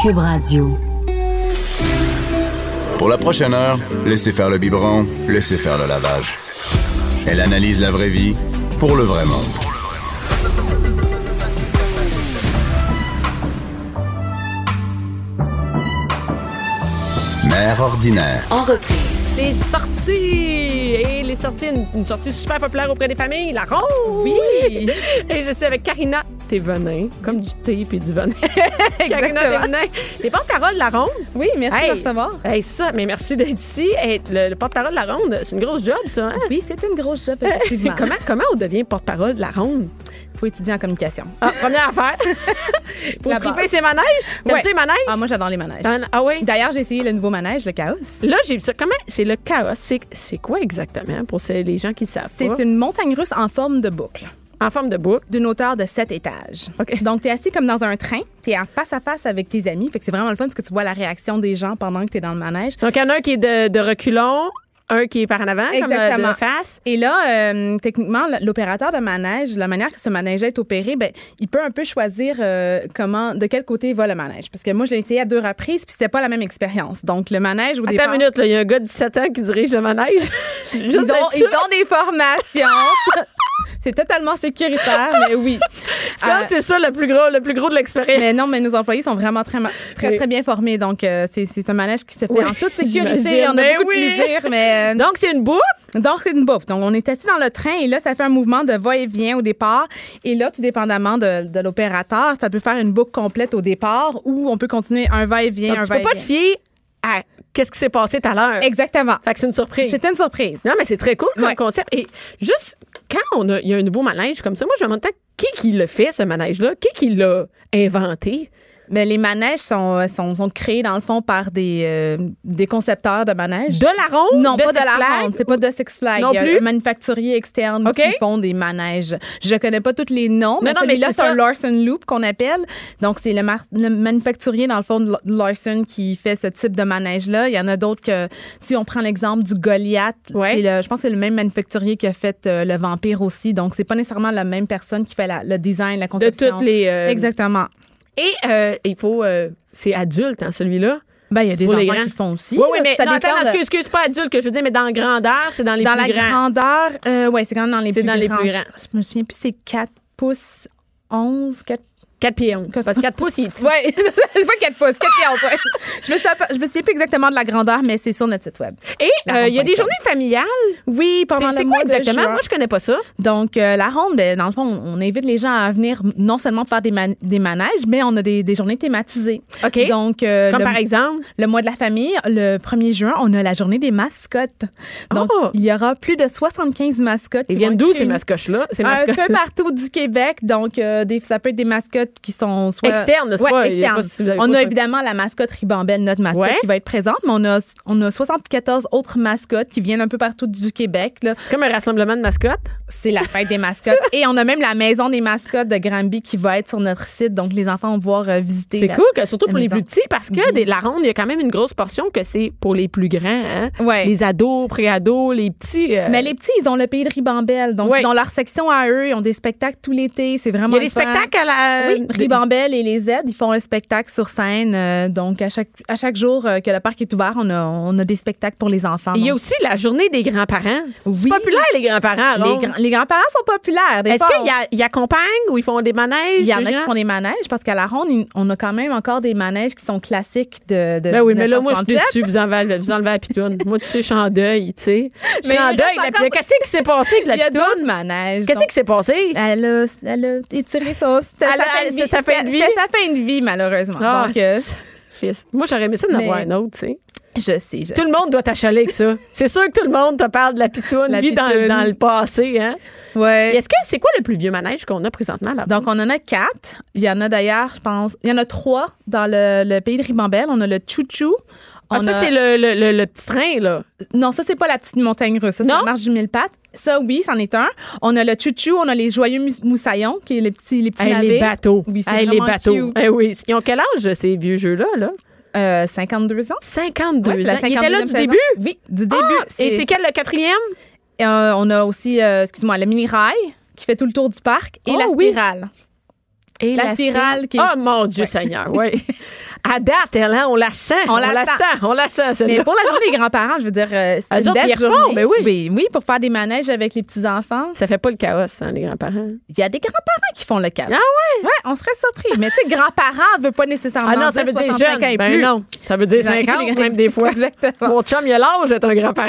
Cube Radio. Pour la prochaine heure, laissez faire le biberon, laissez faire le lavage. Elle analyse la vraie vie pour le vrai monde. Mère ordinaire. En reprise. Les sorties! Et les sorties, une, une sortie super populaire auprès des familles, la ronde! Oui, Et je suis avec Karina Thévenin, comme du thé puis du venin. Karina exactement. Thévenin, les porte-parole de la ronde. Oui, merci de Hey! le recevoir. Hey, ça, mais merci d'être ici. Hey, le le porte-parole de la ronde, c'est une grosse job, ça. Hein? Oui, c'était une grosse job, effectivement. Comment, comment on devient porte-parole de la ronde? Faut étudier en communication. Ah, première affaire. Pour La triper base. ses manèges. T'aimes-tu Ouais. les manèges? Ah, moi, j'adore les manèges. T'en- ah oui? D'ailleurs, j'ai essayé le nouveau manège, le Chaos. Là, j'ai vu ça. Comment? C'est le chaos. C'est c'est quoi exactement pour ceux- les gens qui savent C'est pas? une montagne russe en forme de boucle, En forme de boucle. d'une hauteur de 7 étages. OK. Donc, t'es assis comme dans un train, t'es en face à face avec tes amis. Fait que c'est vraiment le fun parce que tu vois la réaction des gens pendant que t'es dans le manège. Donc, il y en a un qui est de, de reculons, un qui est par en avant, comme euh, Exactement. de- de face. Et là, euh, techniquement, l- l'opérateur de manège, la manière que ce manège est opéré, ben, il peut un peu choisir euh, comment, de quel côté va le manège. Parce que moi, je l'ai essayé à deux reprises, puis c'était pas la même expérience. Donc, le manège au Attends départ. une minute, là, il y a un gars de 17 ans qui dirige le manège. Juste Ils ont, d'être ils sûr. ont des formations. C'est totalement sécuritaire, mais oui. Tu penses Euh, que c'est ça le plus gros, le plus gros de l'expérience. mais non, mais nos employés sont vraiment très, ma- Mais- très, très bien formés. Donc, euh, c'est c'est un manège qui se fait Oui, en toute j'imagine. sécurité. On Mais a beaucoup oui. de plaisir, mais euh, Donc, c'est une boucle. Donc, c'est une bouffe. Donc, on est assis dans le train et là, ça fait un mouvement de va-et-vient au départ. Et là, tout dépendamment de, de l'opérateur, ça peut faire une boucle complète au départ ou on peut continuer un va-et-vient, Donc, un tu peux va-et-vient. pas te fier à qu'est-ce qui s'est passé tout à l'heure. Exactement. Fait que c'est une surprise. C'était une surprise. Non, mais c'est très cool comme Ouais. concept. Et juste quand on a- il y a un nouveau manège comme ça, moi, je me demande tant, qui qui le fait, ce manège-là? Qui qui l'a inventé? Mais les manèges sont, euh, sont, sont créés, dans le fond, par des, euh, des concepteurs de manèges. De la ronde? Non, pas de Six la Flags? ronde. C'est pas de Six Flags. Non Il y a plus? un manufacturier externe OK. qui font des manèges. Je connais pas tous les noms, mais, non, mais celui-là, c'est c'est ça. un Larson Loop qu'on appelle. Donc, c'est le, mar- le manufacturier, dans le fond, de L- Larson qui fait ce type de manège-là. Il y en a d'autres que, si on prend l'exemple du Goliath, Ouais. c'est le- je pense que c'est le même manufacturier qui a fait euh, le Vampire aussi. Donc, c'est pas nécessairement la même personne qui fait la- le design, la De conception. toutes les. euh, Exactement. Et euh, il faut. euh, c'est adulte, hein, celui-là. Ben, il y a des pour enfants les qui grands. le font aussi. Oui, oui, mais ça non, dépend attends, de- excuse, excuse, pas adulte que je veux dire, mais dans grandeur, c'est dans les dans plus la grands. grandeur, euh, ouais, c'est quand même dans les C'est plus dans les grands. plus grands. Je, je me souviens plus, c'est 4 pouces 11, 4 4 pieds 11. Parce que 4 pouces, il est petit. Ouais, c'est pas 4 pouces, 4 pieds, ouais. Je me, souviens, pas- je me souviens plus exactement de la grandeur, mais c'est sur notre site web. Et La euh, il y a des ronde point com. journées familiales. Oui, C'est pendant c'est le quoi mois de exactement? juin. Moi, je connais pas ça. Donc, euh, la ronde, ben, dans le fond, on on invite les gens à venir non seulement faire des, man- des manèges, mais on a des, des journées thématisées. OK. Donc, euh, Comme le- par exemple. Le mois de la famille, le 1er juin, on a la journée des mascottes. Donc, Oh! il y aura plus de 75 mascottes. qui Ils viennent vont d'où être ces réunies. mascottes-là? Ces Un mascottes peu partout du Québec. Donc, euh, des, ça peut être des mascottes qui sont soit. Externes, n'est-ce Ouais, pas? Il y a externes. pas- si vous avez on pas a ça. évidemment la mascotte Ribambelle, notre mascotte Ouais. qui va être présente, mais on a, on a 74 autres mascottes qui viennent un peu partout du Québec. là. C'est comme un rassemblement de mascottes. C'est la fête des mascottes. Et on a même la maison des mascottes de Granby qui va être sur notre site. Donc, les enfants vont pouvoir euh, visiter. C'est la- cool, que- surtout pour les maison. Mm-hmm. plus petits, parce que des- la ronde, il y a quand même une grosse portion que c'est pour les plus grands. hein. Ouais. Les ados, pré-ados, les petits. euh, Mais les petits, ils ont le pays de Ribambelle. Donc, Ouais. ils ont leur section à eux. Ils ont des spectacles tout l'été. C'est Il vraiment y a des le fun. spectacles à la. Oui, Ribambelle et les Z, ils font un spectacle sur scène. euh, donc, à chaque, à chaque jour euh, que le parc est ouvert, on a, on a des spectacles pour les enfants. Il y a Donc, aussi la journée des grands-parents. C'est Oui. populaire, les grands-parents. les, donc. grands- les grands-parents sont populaires. Des Est-ce fois, on- qu'ils y a- y accompagnent ou ils font des manèges? il y en les a gens? qui font des manèges parce qu'à la ronde, il- on a quand même encore des manèges qui sont classiques de. de Ben oui, mais là, moi, je suis 1967. déçue. Vous enlevez, vous enlevez la pitoune. moi, tu sais, je suis en deuil, tu sais. Je suis Mais en il reste deuil. la- encore- mais Qu'est-ce qui s'est passé avec la Il y a Ah, pitoune? d'autres manèges. Qu'est-ce donc- qui s'est passé? Elle a, elle a étiré son. C'était Elle sa a- fin de c'était sa fin de C'était- vie. C'était sa fin de vie, malheureusement. Ah, Donc, euh, c'est- fils. Moi, j'aurais aimé ça d'en Mais- avoir un autre, tu sais. je sais. je- Tout le monde doit t'achaler avec ça. C'est sûr que tout le monde te parle de la pitoune, La vie dans- pitoune. Dans, le passé, hein. Ouais. Et Est-ce que c'est quoi le plus vieux manège qu'on a présentement là Donc, on en a quatre. Il y en a d'ailleurs, je pense. Il y en a trois dans le, le pays de Ribambelle. On a le Chouchou. Ah, on ça, a- c'est le, le- le- le petit train, là. Non, ça, c'est pas la petite montagne russe. Ça, c'est Non? la marche du mille pattes. Ça, oui, c'en est un. On a le Chouchou. On a les joyeux mous- moussaillons, qui est les petits, les petits Hey, les navets. bateaux. Oui, c'est Hey, les vraiment bateaux. cute. Eh oui. Ils ont quel âge, ces vieux jeux-là? Là? Euh, 52 ans. 52 Ouais, c'est ans. Ils étaient là 52e du saison. début? Oui, du début. Ah, et c'est quel, le quatrième? Euh, on a aussi, euh, excuse-moi, le mini-rail qui fait tout le tour du parc et Oh, la oui. spirale. Et La spirale qui est- Oh mon Dieu Seigneur, oui. À date, elle, hein, on la sent. On, la, sent. On la sent, celle-là. Mais pour la journée des grands-parents, je veux dire, euh, Eux c'est une autres, ils belle refont, journée. ben oui. oui, pour faire des manèges avec les petits-enfants. Ça fait pas le chaos, hein, les grands-parents. Il y a des grands-parents qui font le cas. Ah ouais? Ouais, on serait surpris. Mais tu sais, grands-parents ne veut pas nécessairement Ah non, ça veut dire 65 ans jeune. et Ben plus. non, ça veut dire Dans les 50 grands- même des fois. Exactement. Mon chum, il a l'âge d'être un grand-parent.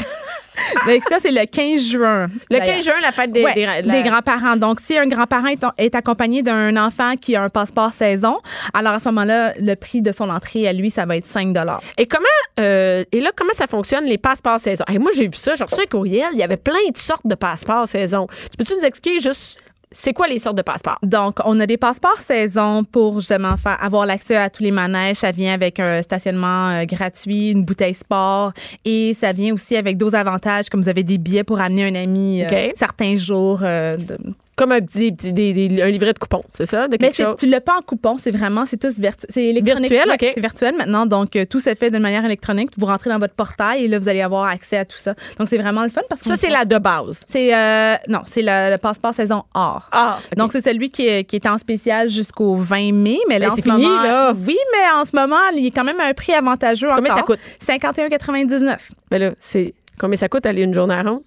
Donc, ça, c'est le 15 juin. Le d'ailleurs. 15 juin, la fête des, Ouais, des, la- des grands-parents. Donc, si un grand-parent est, est accompagné d'un enfant qui a un passeport saison, alors à ce moment-là, le prix de son entrée à lui, ça va être 5 Et comment euh, et là comment ça fonctionne les passeports saison Et moi j'ai vu ça, j'ai reçu un courriel, il y avait plein de sortes de passeports saison. Tu peux-tu nous expliquer juste c'est quoi les sortes de passeports Donc, on a des passeports saison pour justement faire, avoir l'accès à tous les manèges. Ça vient avec un stationnement euh, gratuit, une bouteille sport et ça vient aussi avec d'autres avantages comme vous avez des billets pour amener un ami euh, OK. certains jours. euh, de- Comme un petit, petit- des- des- un livret de coupons, c'est ça de Mais quelque c'est- chose? tu l'as pas en coupon, c'est vraiment, c'est tous virtu- c'est électronique. Virtuel, Ouais, OK. C'est virtuel maintenant, donc euh, tout se fait de manière électronique. Vous rentrez dans votre portail et là, vous allez avoir accès à tout ça. Donc, c'est vraiment le fun parce que... Ça c'est la de base. C'est euh, non, c'est le, le passeport saison or. Ah, ok. Donc c'est celui qui est, qui est en spécial jusqu'au 20 mai, mais Mais là en Ben, c'est ce fini, moment, là. oui, mais en ce moment, il est quand même à un prix avantageux encore. combien ça coûte? 51,99. Mais Ben là c'est combien ça coûte aller une journée à ronde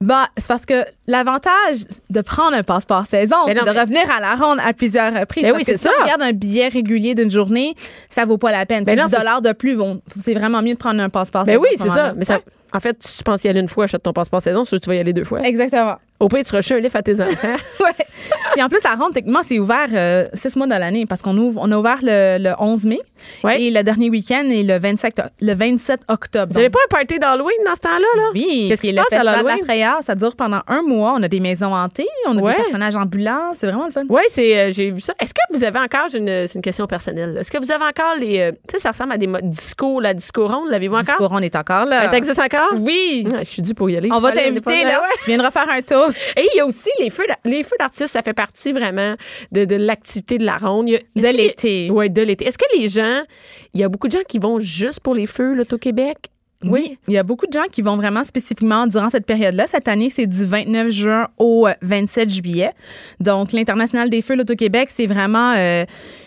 Bah, c'est parce que l'avantage de prendre un passeport saison, Mais c'est non, de mais- revenir à la ronde à plusieurs reprises. Ben Parce oui, que c'est si ça. on regarde un billet régulier d'une journée, ça vaut pas la peine. Ben Fait non, 10 c'est- dollars de plus, vont- c'est vraiment mieux de prendre un passeport Ben saison. oui, à ce c'est ça. moment-là. Mais ça Ouais, en fait, si tu penses y aller une fois, achète ton passeport saison, sûr que tu vas y aller deux fois. Exactement. Au pire, tu rechets un livre à tes enfants. Ouais. Puis en plus, la ronde, techniquement, c'est ouvert euh, six mois dans l'année parce qu'on ouvre, on a ouvert le, le 11 mai Ouais. et le dernier week-end est le 27, oct- le 27 octobre. Vous avez Donc, pas un party d'Halloween dans ce temps-là là oui, Qu'est-ce qui puis se le passe à festival de la l'Halloween? frayeur, ça dure pendant un mois. On a des maisons hantées, on a Ouais. des personnages ambulants, c'est vraiment le fun. Oui, c'est euh, j'ai vu ça. Est-ce que vous avez encore j'ai une c'est une question personnelle. là. Est-ce que vous avez encore les euh, tu sais ça ressemble à des mo- disco la disco ronde, l'avez-vous encore Discours, on est encore là. Elle existe encore Oui, Ah, je suis due pour y aller. on Je va peux aller, est t'inviter pas- là. Ouais. Tu viendras faire un tour. Et il y a aussi les feux d'a- les feux d'artistes, ça fait partie vraiment de, de l'activité de la ronde. Il y a- est-ce De que les- l'été. Ouais, de l'été. Est-ce que les gens il y a beaucoup de gens qui vont juste pour les feux là, au Québec Oui, il y a beaucoup de gens qui vont vraiment spécifiquement durant cette période-là. Cette année, c'est du 29 juin au euh, 27 juillet. Donc, l'International des Feux l'Auto-Québec, c'est vraiment euh,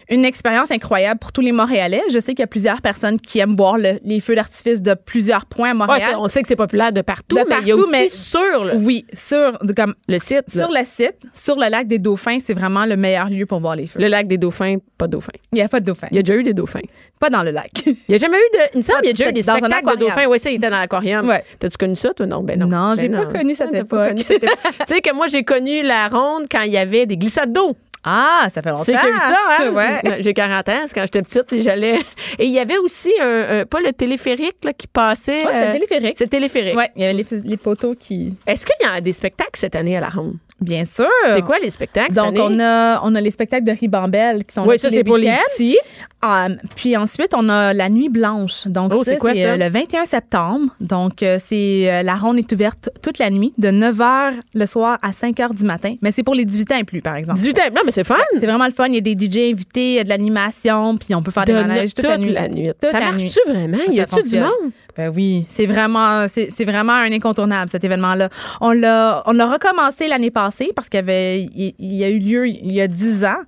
une expérience incroyable pour tous les Montréalais. Je sais qu'il y a plusieurs personnes qui aiment voir le- les feux d'artifice de plusieurs points à Ouais, Montréal. c'est- on sait que c'est populaire de partout, De mais il y a partout, aussi mais- sur le, Oui, sur, comme, le site là. sur le site, sur le lac des Dauphins, c'est vraiment le meilleur lieu pour voir les feux. le lac des dauphins, pas de dauphins. Il n'y a pas de dauphins. Il y a déjà eu des dauphins. Pas dans le lac. Il n'y a jamais eu de. Il me semble qu'il y a déjà eu des Dans un spectacles de aquarium. dauphins. Oui, ça, il était dans l'aquarium. Ouais. T'as-tu connu ça, toi? Non, ben non. Non, Ben j'ai pas connu cette Ah, t'as pas époque. connu cette époque. tu sais que moi, j'ai connu la ronde quand il y avait des glissades d'eau. ah, ça fait longtemps. C'est que ça, hein? Ouais. J'ai 40 ans, c'est quand j'étais petite, puis j'allais. Et il y avait aussi un, un- pas le téléphérique là, qui passait. Ouais, c'était euh, téléphérique. C'est téléphérique. Ouais, il y avait les, les poteaux qui. Est-ce qu'il y a des spectacles cette année à la ronde? Bien sûr. C'est quoi les spectacles? Euh. Donc, on a, on a les spectacles de Ribambelle qui sont Oui, là ça, tous les c'est pour les week-ends. petits. Ah, puis ensuite, on a la Nuit Blanche. Donc, Oh, c'est ça, c'est quoi, ça? euh, le 21 septembre. Donc, euh, c'est euh, la ronde est ouverte toute la nuit, de 9 h le soir à 5 h du matin. Mais c'est pour les 18 ans et plus, par exemple. 18 ans. Non, mais c'est fun. C'est vraiment le fun. Il y a des DJ invités, il y a de l'animation, puis on peut faire des De- manèges toute, la nuit. Toute ça la marche-tu vraiment? Ça Y a-tu du fonctionne. monde? Ben oui, c'est vraiment, c'est c'est vraiment un incontournable cet événement-là. On l'a, on l'a recommencé l'année passée parce qu'il y avait, il, il y a eu lieu il y a dix ans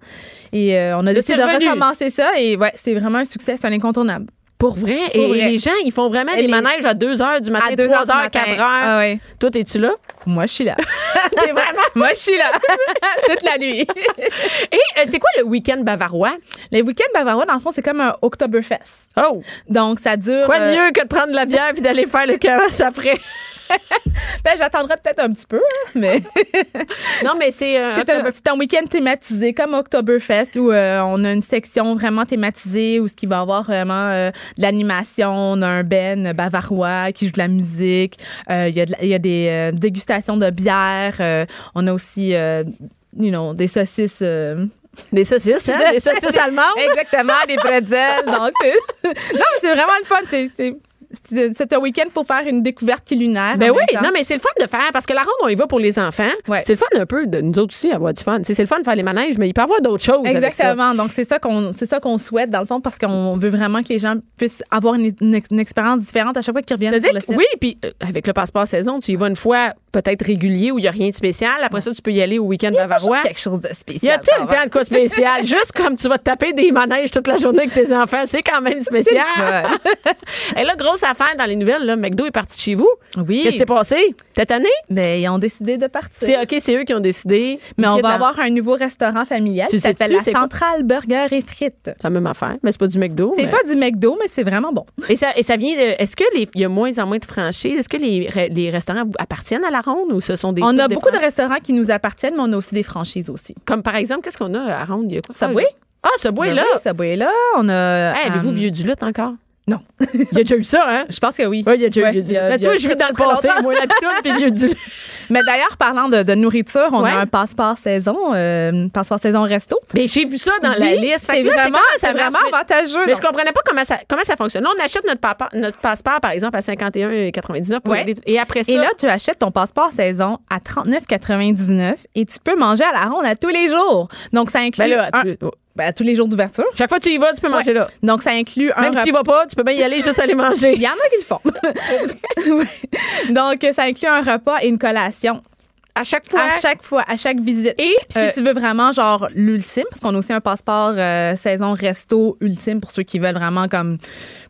et euh, on a décidé de c'est revenu. recommencer ça et ouais, c'est vraiment un succès, c'est un incontournable. Pour vrai. et Pour vrai. les gens, ils font vraiment Et des les- manèges à 2 h du matin, 3 À deux heures du h, matin. 4 h. Ah ouais. Toi, es-tu là? Moi, je suis là. T'es vraiment. Moi, je suis là toute la nuit. Et euh, c'est quoi le week-end bavarois? Les week-ends bavarois, dans le fond, c'est comme un Oktoberfest. Oh! Donc, ça dure. Quoi de euh, mieux que de prendre de la bière puis d'aller faire le chaos après? ben, j'attendrai peut-être un petit peu, hein, mais. Non, mais c'est. euh, C'est un, October- c'est un week-end thématisé comme Oktoberfest où euh, on a une section vraiment thématisée où ce qui va avoir vraiment euh, de l'animation, on a un ben bavarois qui joue de la musique, Euh, il y a de la- il y, a des euh, dégustations de bière, Euh, on a aussi euh, you know, des saucisses euh, Des saucisses, hein? Des saucisses allemandes. Exactement, des bretzels. Donc, c'est- non, mais c'est vraiment le fun. C'est- c'est- c'est un week-end pour faire une découverte culinaire. Ben en oui, même temps. non, mais c'est le fun de faire parce que la ronde, on y va pour les enfants. Ouais. C'est le fun un peu de nous autres aussi avoir du fun. Tu sais, C'est le fun de faire les manèges, mais il peut y avoir d'autres choses. avec ça. Exactement. Donc, c'est ça qu'on c'est ça qu'on souhaite, dans le fond, parce qu'on veut vraiment que les gens puissent avoir une, une ex- une expérience différente à chaque fois qu'ils reviennent sur C'est-à-dire le que- site. oui, puis euh, avec le passeport saison, tu y vas une fois peut-être régulier où il n'y a rien de spécial. Après ça, tu peux y aller au week-end bavarois. quelque chose de Il y a spécial. tout le temps de quoi spécial. Juste comme tu vas te taper des manèges toute la journée avec tes enfants, c'est quand même spécial. Et là, grosse affaire dans les nouvelles, là, McDo est parti de chez vous. Oui. Qu'est-ce qui s'est passé? Cette année? Mais Ben, ils ont décidé de partir. C'est OK, c'est eux qui ont décidé. Mais on Quitte va à- avoir un nouveau restaurant familial Tu qui s'appelle sais-tu la c'est quoi? Centrale Burger et Frites. C'est la même affaire, mais c'est pas du McDo. C'est mais- pas du McDo, mais c'est vraiment bon. Et ça, et ça vient de. Est-ce que les, il y a moins en moins de franchises? Est-ce que les, re- les restaurants appartiennent à la ronde ou ce sont des. On a des beaucoup de franchises? restaurants qui nous appartiennent, mais on a aussi des franchises aussi. Comme par exemple, qu'est-ce qu'on a à ronde? Il y a quoi? Subway? Ah, Subway, Ben là. oui, Subway là, on a. Hey, Avez-vous euh, vieux du lutte encore? Non. Il y a déjà eu ça, hein? Je pense que oui. Oui, il y a déjà eu Ouais, vieux du il y lutte. a- Mais il y tu a vois, je vis très, dans le très passé, longtemps. moi, la pitoune, puis vieux du lutte. Mais d'ailleurs, parlant de, de nourriture, on Ouais. a un passeport saison, euh, passeport saison resto. Ben, j'ai vu ça dans la Oui, liste. Fait C'est que là, comment vraiment, ça c'est marche? vraiment Mais- avantageux. Mais donc. je comprenais pas comment ça, comment ça fonctionne. Là, on achète notre, papa- notre passeport, par exemple, à 51,99 pour Ouais. aller- Et après ça. Et là, tu achètes ton passeport saison à 39,99 et tu peux manger à la ronde à tous les jours. Donc, ça inclut ben là, un- tu- oh. ben, à tous les jours d'ouverture. chaque fois que tu y vas, tu peux manger là. Donc, ça inclut un Même si repas. tu y vas pas, tu peux bien y aller juste aller Il manger. y en a qui le font. Ouais. Donc, ça inclut un repas et une collation À chaque fois. à chaque fois, à chaque visite. Et, Puis euh, si tu veux vraiment genre l'ultime, parce qu'on a aussi un passeport euh, saison resto ultime pour ceux qui veulent vraiment comme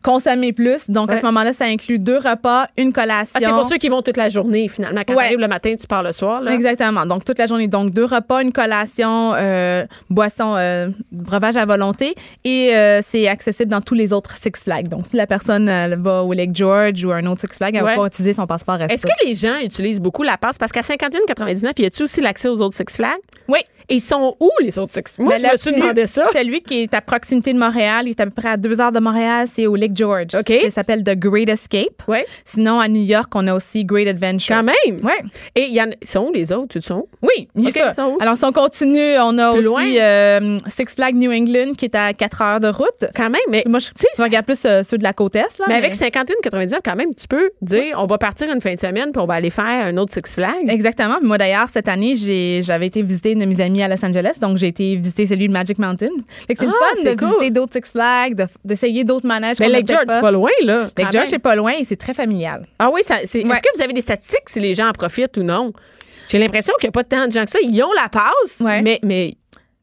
consommer plus. Donc Ouais. à ce moment-là, ça inclut deux repas, une collation. Ah, c'est pour ceux qui hein? vont toute la journée, finalement. Quand Ouais. t'arrives le matin, tu pars le soir. Là. Exactement. Donc toute la journée, donc deux repas, une collation, euh, boisson, euh, breuvage à volonté, et euh, c'est accessible dans tous les autres Six Flags. Donc si la personne euh, va au Lake George ou à un autre Six Flags, elle Ouais. va pas utiliser son passeport resto. Est-ce que les gens utilisent beaucoup la passe? Parce qu'à 51,99, y a-tu aussi l'accès aux autres Six Flags? Oui. Et ils sont où, les autres Six Flags? Moi, Ben, je me le suis plus- demandé ça. Celui qui est à proximité de Montréal, il est à peu près à deux heures de Montréal, c'est au Lake George. OK. Ça s'appelle The Great Escape. Oui, Sinon, à New York, on a aussi Great Adventure. quand même. Ouais. Et il y en... ils sont où, les autres? Tu sais où? Oui, il y a OK, ça. ils sont où? Alors, si on continue, on a Plus aussi loin? euh, Six Flags New England qui est à quatre heures de route. Quand même, mais... Moi, je, Tu sais, je regarde plus euh, ceux de la côte Est. Là, mais avec 51,99, quand même, tu peux dire, on va partir une fin de semaine puis on va aller faire un autre Six Flags. Exactement. Puis Moi, d'ailleurs, cette année, j'ai- j'avais été visiter une de mes amies à Los Angeles. Donc, j'ai été visiter celui de Magic Mountain. Fait que c'est Ah, le fun c'est de cool. visiter d'autres Six Flags, de- d'essayer d'autres manèges. Mais qu'on a Lake peut-être George, c'est pas loin, là. Lake quand George, même. c'est pas loin et c'est très familial. Ah oui, ça, c'est- Ouais. est-ce que vous avez des statistiques si les gens en profitent ou non? J'ai l'impression qu'il n'y a pas tant de gens que ça. Ils ont la passe, Ouais. mais, mais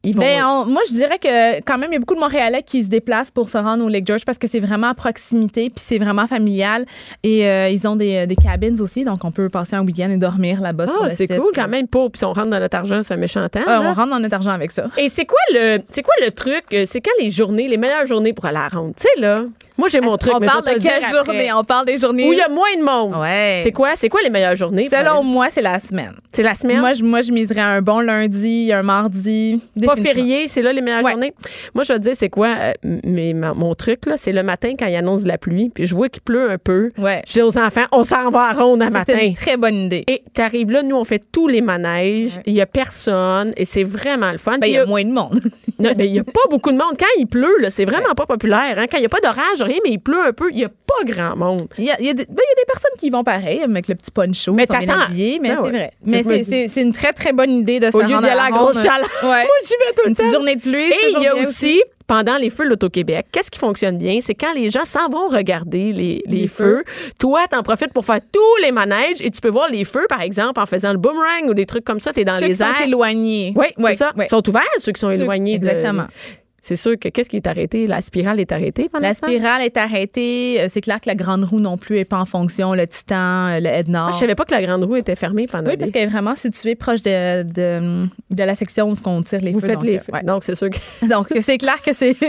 ils vont. Ben, on- moi, je dirais que quand même, il y a beaucoup de Montréalais qui se déplacent pour se rendre au Lake George parce que c'est vraiment à proximité, puis c'est vraiment familial. Et euh, ils ont des, des cabines aussi, donc on peut passer un week-end et dormir là-bas. sur Ah, le c'est site. cool quand même hein. pour. Puis si on rentre dans notre argent, c'est un méchant temps. Ah, là. on rentre dans notre argent avec ça. Et c'est quoi le c'est quoi le truc? euh, C'est quand les journées, les meilleures journées pour aller à la ronde? Tu sais, là, moi j'ai mon truc. on mais parle je vais de te le quelle dire après. journée? On parle des journées. Où il y a moins de monde. Ouais. C'est quoi? C'est quoi les meilleures journées? pour Selon aller? moi, c'est la semaine. C'est la semaine? Moi, je, moi, je miserais un bon lundi, un mardi. pas définitivement. férié, c'est là les meilleures Ouais. journées. Moi, je vais te dire, c'est quoi euh, m- mes- ma- mon truc, là? C'est le matin quand il annonce de la pluie, puis je vois qu'il pleut un peu. Ouais. Je dis aux enfants, on s'en va à ronde à matin. C'est une très bonne idée. Et t'arrives là, nous, on fait tous les manèges. Il y a personne et c'est vraiment le fun. Ben, Puis il y a moins de monde. Non, mais il n'y a pas beaucoup de monde. Quand il pleut, là, c'est vraiment pas populaire. hein. Quand il n'y a pas d'orage, rien, mais il pleut un peu, il n'y a pas grand monde. Il y, a, il y a des, ben, il y a des personnes qui y vont pareil, avec le petit poncho, Mais ils sont bien t'attends. habillés, mais Ah c'est ouais. vrai. Mais Je me c'est- dis- c'est c'est une très, très bonne idée de se Au lieu rendre d'y à aller la à la grosse ronde. chaleur, Ouais. moi, j'y vais tout le Une petite temps. journée de pluie, c'est Et il toujours y a bien aussi, aussi. pendant les feux de l'Auto-Québec, qu'est-ce qui fonctionne bien? C'est quand les gens s'en vont regarder les, les Les feux. Toi, t'en profites pour faire tous les manèges et tu peux voir les feux, par exemple, en faisant le boomerang ou des trucs comme ça. T'es dans Ceux les qui sont airs. éloignés. Oui, Ouais, c'est ça. ouais. Ils sont ouverts, ceux qui sont Ceux- éloignés. de- exactement. C'est sûr que qu'est-ce qui est arrêté? La spirale est arrêtée pendant La ce temps? spirale est arrêtée. Euh, C'est clair que la grande roue non plus n'est pas en fonction. Le Titan, euh, le Edna. Ah, Je savais pas que la grande roue était fermée pendant Oui, parce des- qu'elle est vraiment située proche de, de, de la section où on tire les Vous feux. faites donc, les euh, feux. ouais. Donc, c'est sûr que. Donc, c'est clair que c'est, ce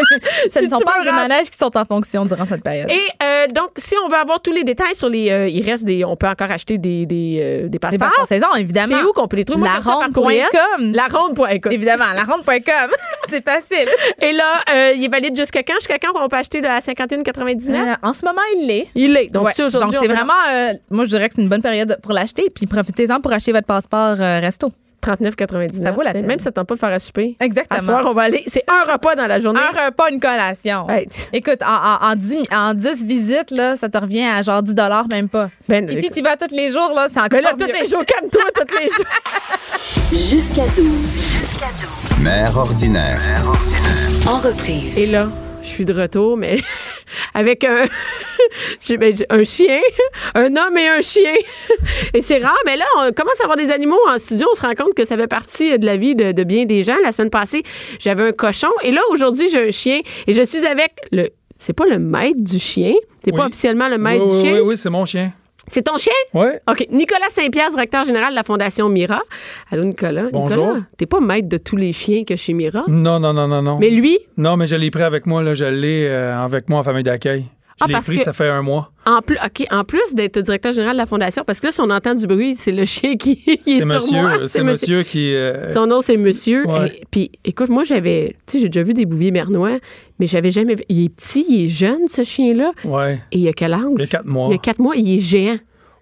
Si ne sont tu pas me des rates- manèges qui sont en fonction durant cette période. Et euh, donc, si on veut avoir tous les détails sur les. euh, il reste des. On peut encore acheter des, des, euh, des c'est passeports. pas en saison, évidemment. C'est où qu'on peut les trouver? Moi, je cherche ça par courriel. Laronde.com. La ronde. Évidemment, la ronde.com. c'est facile. Et là, euh, il est valide jusqu'à quand? Jusqu'à quand on peut acheter le à 51,99? Euh, en ce moment, il l'est. Il est. Donc, Ouais. si aujourd'hui. Donc, on c'est veut- vraiment. euh, moi, je dirais que c'est une bonne période pour l'acheter. Puis profitez-en pour acheter votre passeport euh, resto. 39,99. Ça vaut la tu sais, peine. Même si ça tente pas de faire à souper. Exactement. À soir, on va aller. C'est un repas dans la journée. Un repas, une collation. Hey. Écoute, en, en, en, 10, en 10 visites, là, ça te revient à genre 10 même pas. Ben, Puis si écoute. tu y vas tous les jours, là, c'est encore Mais là, mieux. tous les jours, calme-toi, tous les jours. Jusqu'à 12. Mère ordinaire. En reprise. Et là, je suis de retour, mais avec un, j'ai- ben, j'ai un chien, un homme et un chien. Et c'est rare, mais là, on commence à avoir des animaux en studio. On se rend compte que ça fait partie de la vie de, de bien des gens. La semaine passée, j'avais un cochon. Et là, aujourd'hui, j'ai un chien. Et je suis avec le... C'est pas le maître du chien. T'es pas Oui. officiellement le maître oui, du oui, chien. oui, oui, c'est mon chien. C'est ton chien? Ouais. OK. Nicolas Saint-Pierre, directeur général de la Fondation Mira. Allô, Nicolas. Bonjour. Nicolas, t'es pas maître de tous les chiens que chez Mira. Non, non, non, non, non. Mais lui, Non, mais je l'ai pris avec moi, là. Je l'ai euh, avec moi en famille d'accueil. Je Ah, l'ai parce pris, que- ça fait un mois. En plus, OK, en plus d'être directeur général de la Fondation, parce que là, si on entend du bruit, c'est le chien qui il est C'est sur moi. monsieur, euh, c'est monsieur qui. euh, Son nom, c'est Monsieur. Ouais. Et- Puis, écoute, moi, j'avais... Tu sais, j'ai déjà vu des bouviers bernois, mais j'avais jamais vu... Il est petit, il est jeune, ce chien-là. Ouais. Et il a quel âge? Il y a quatre mois. Il a quatre mois, il est géant.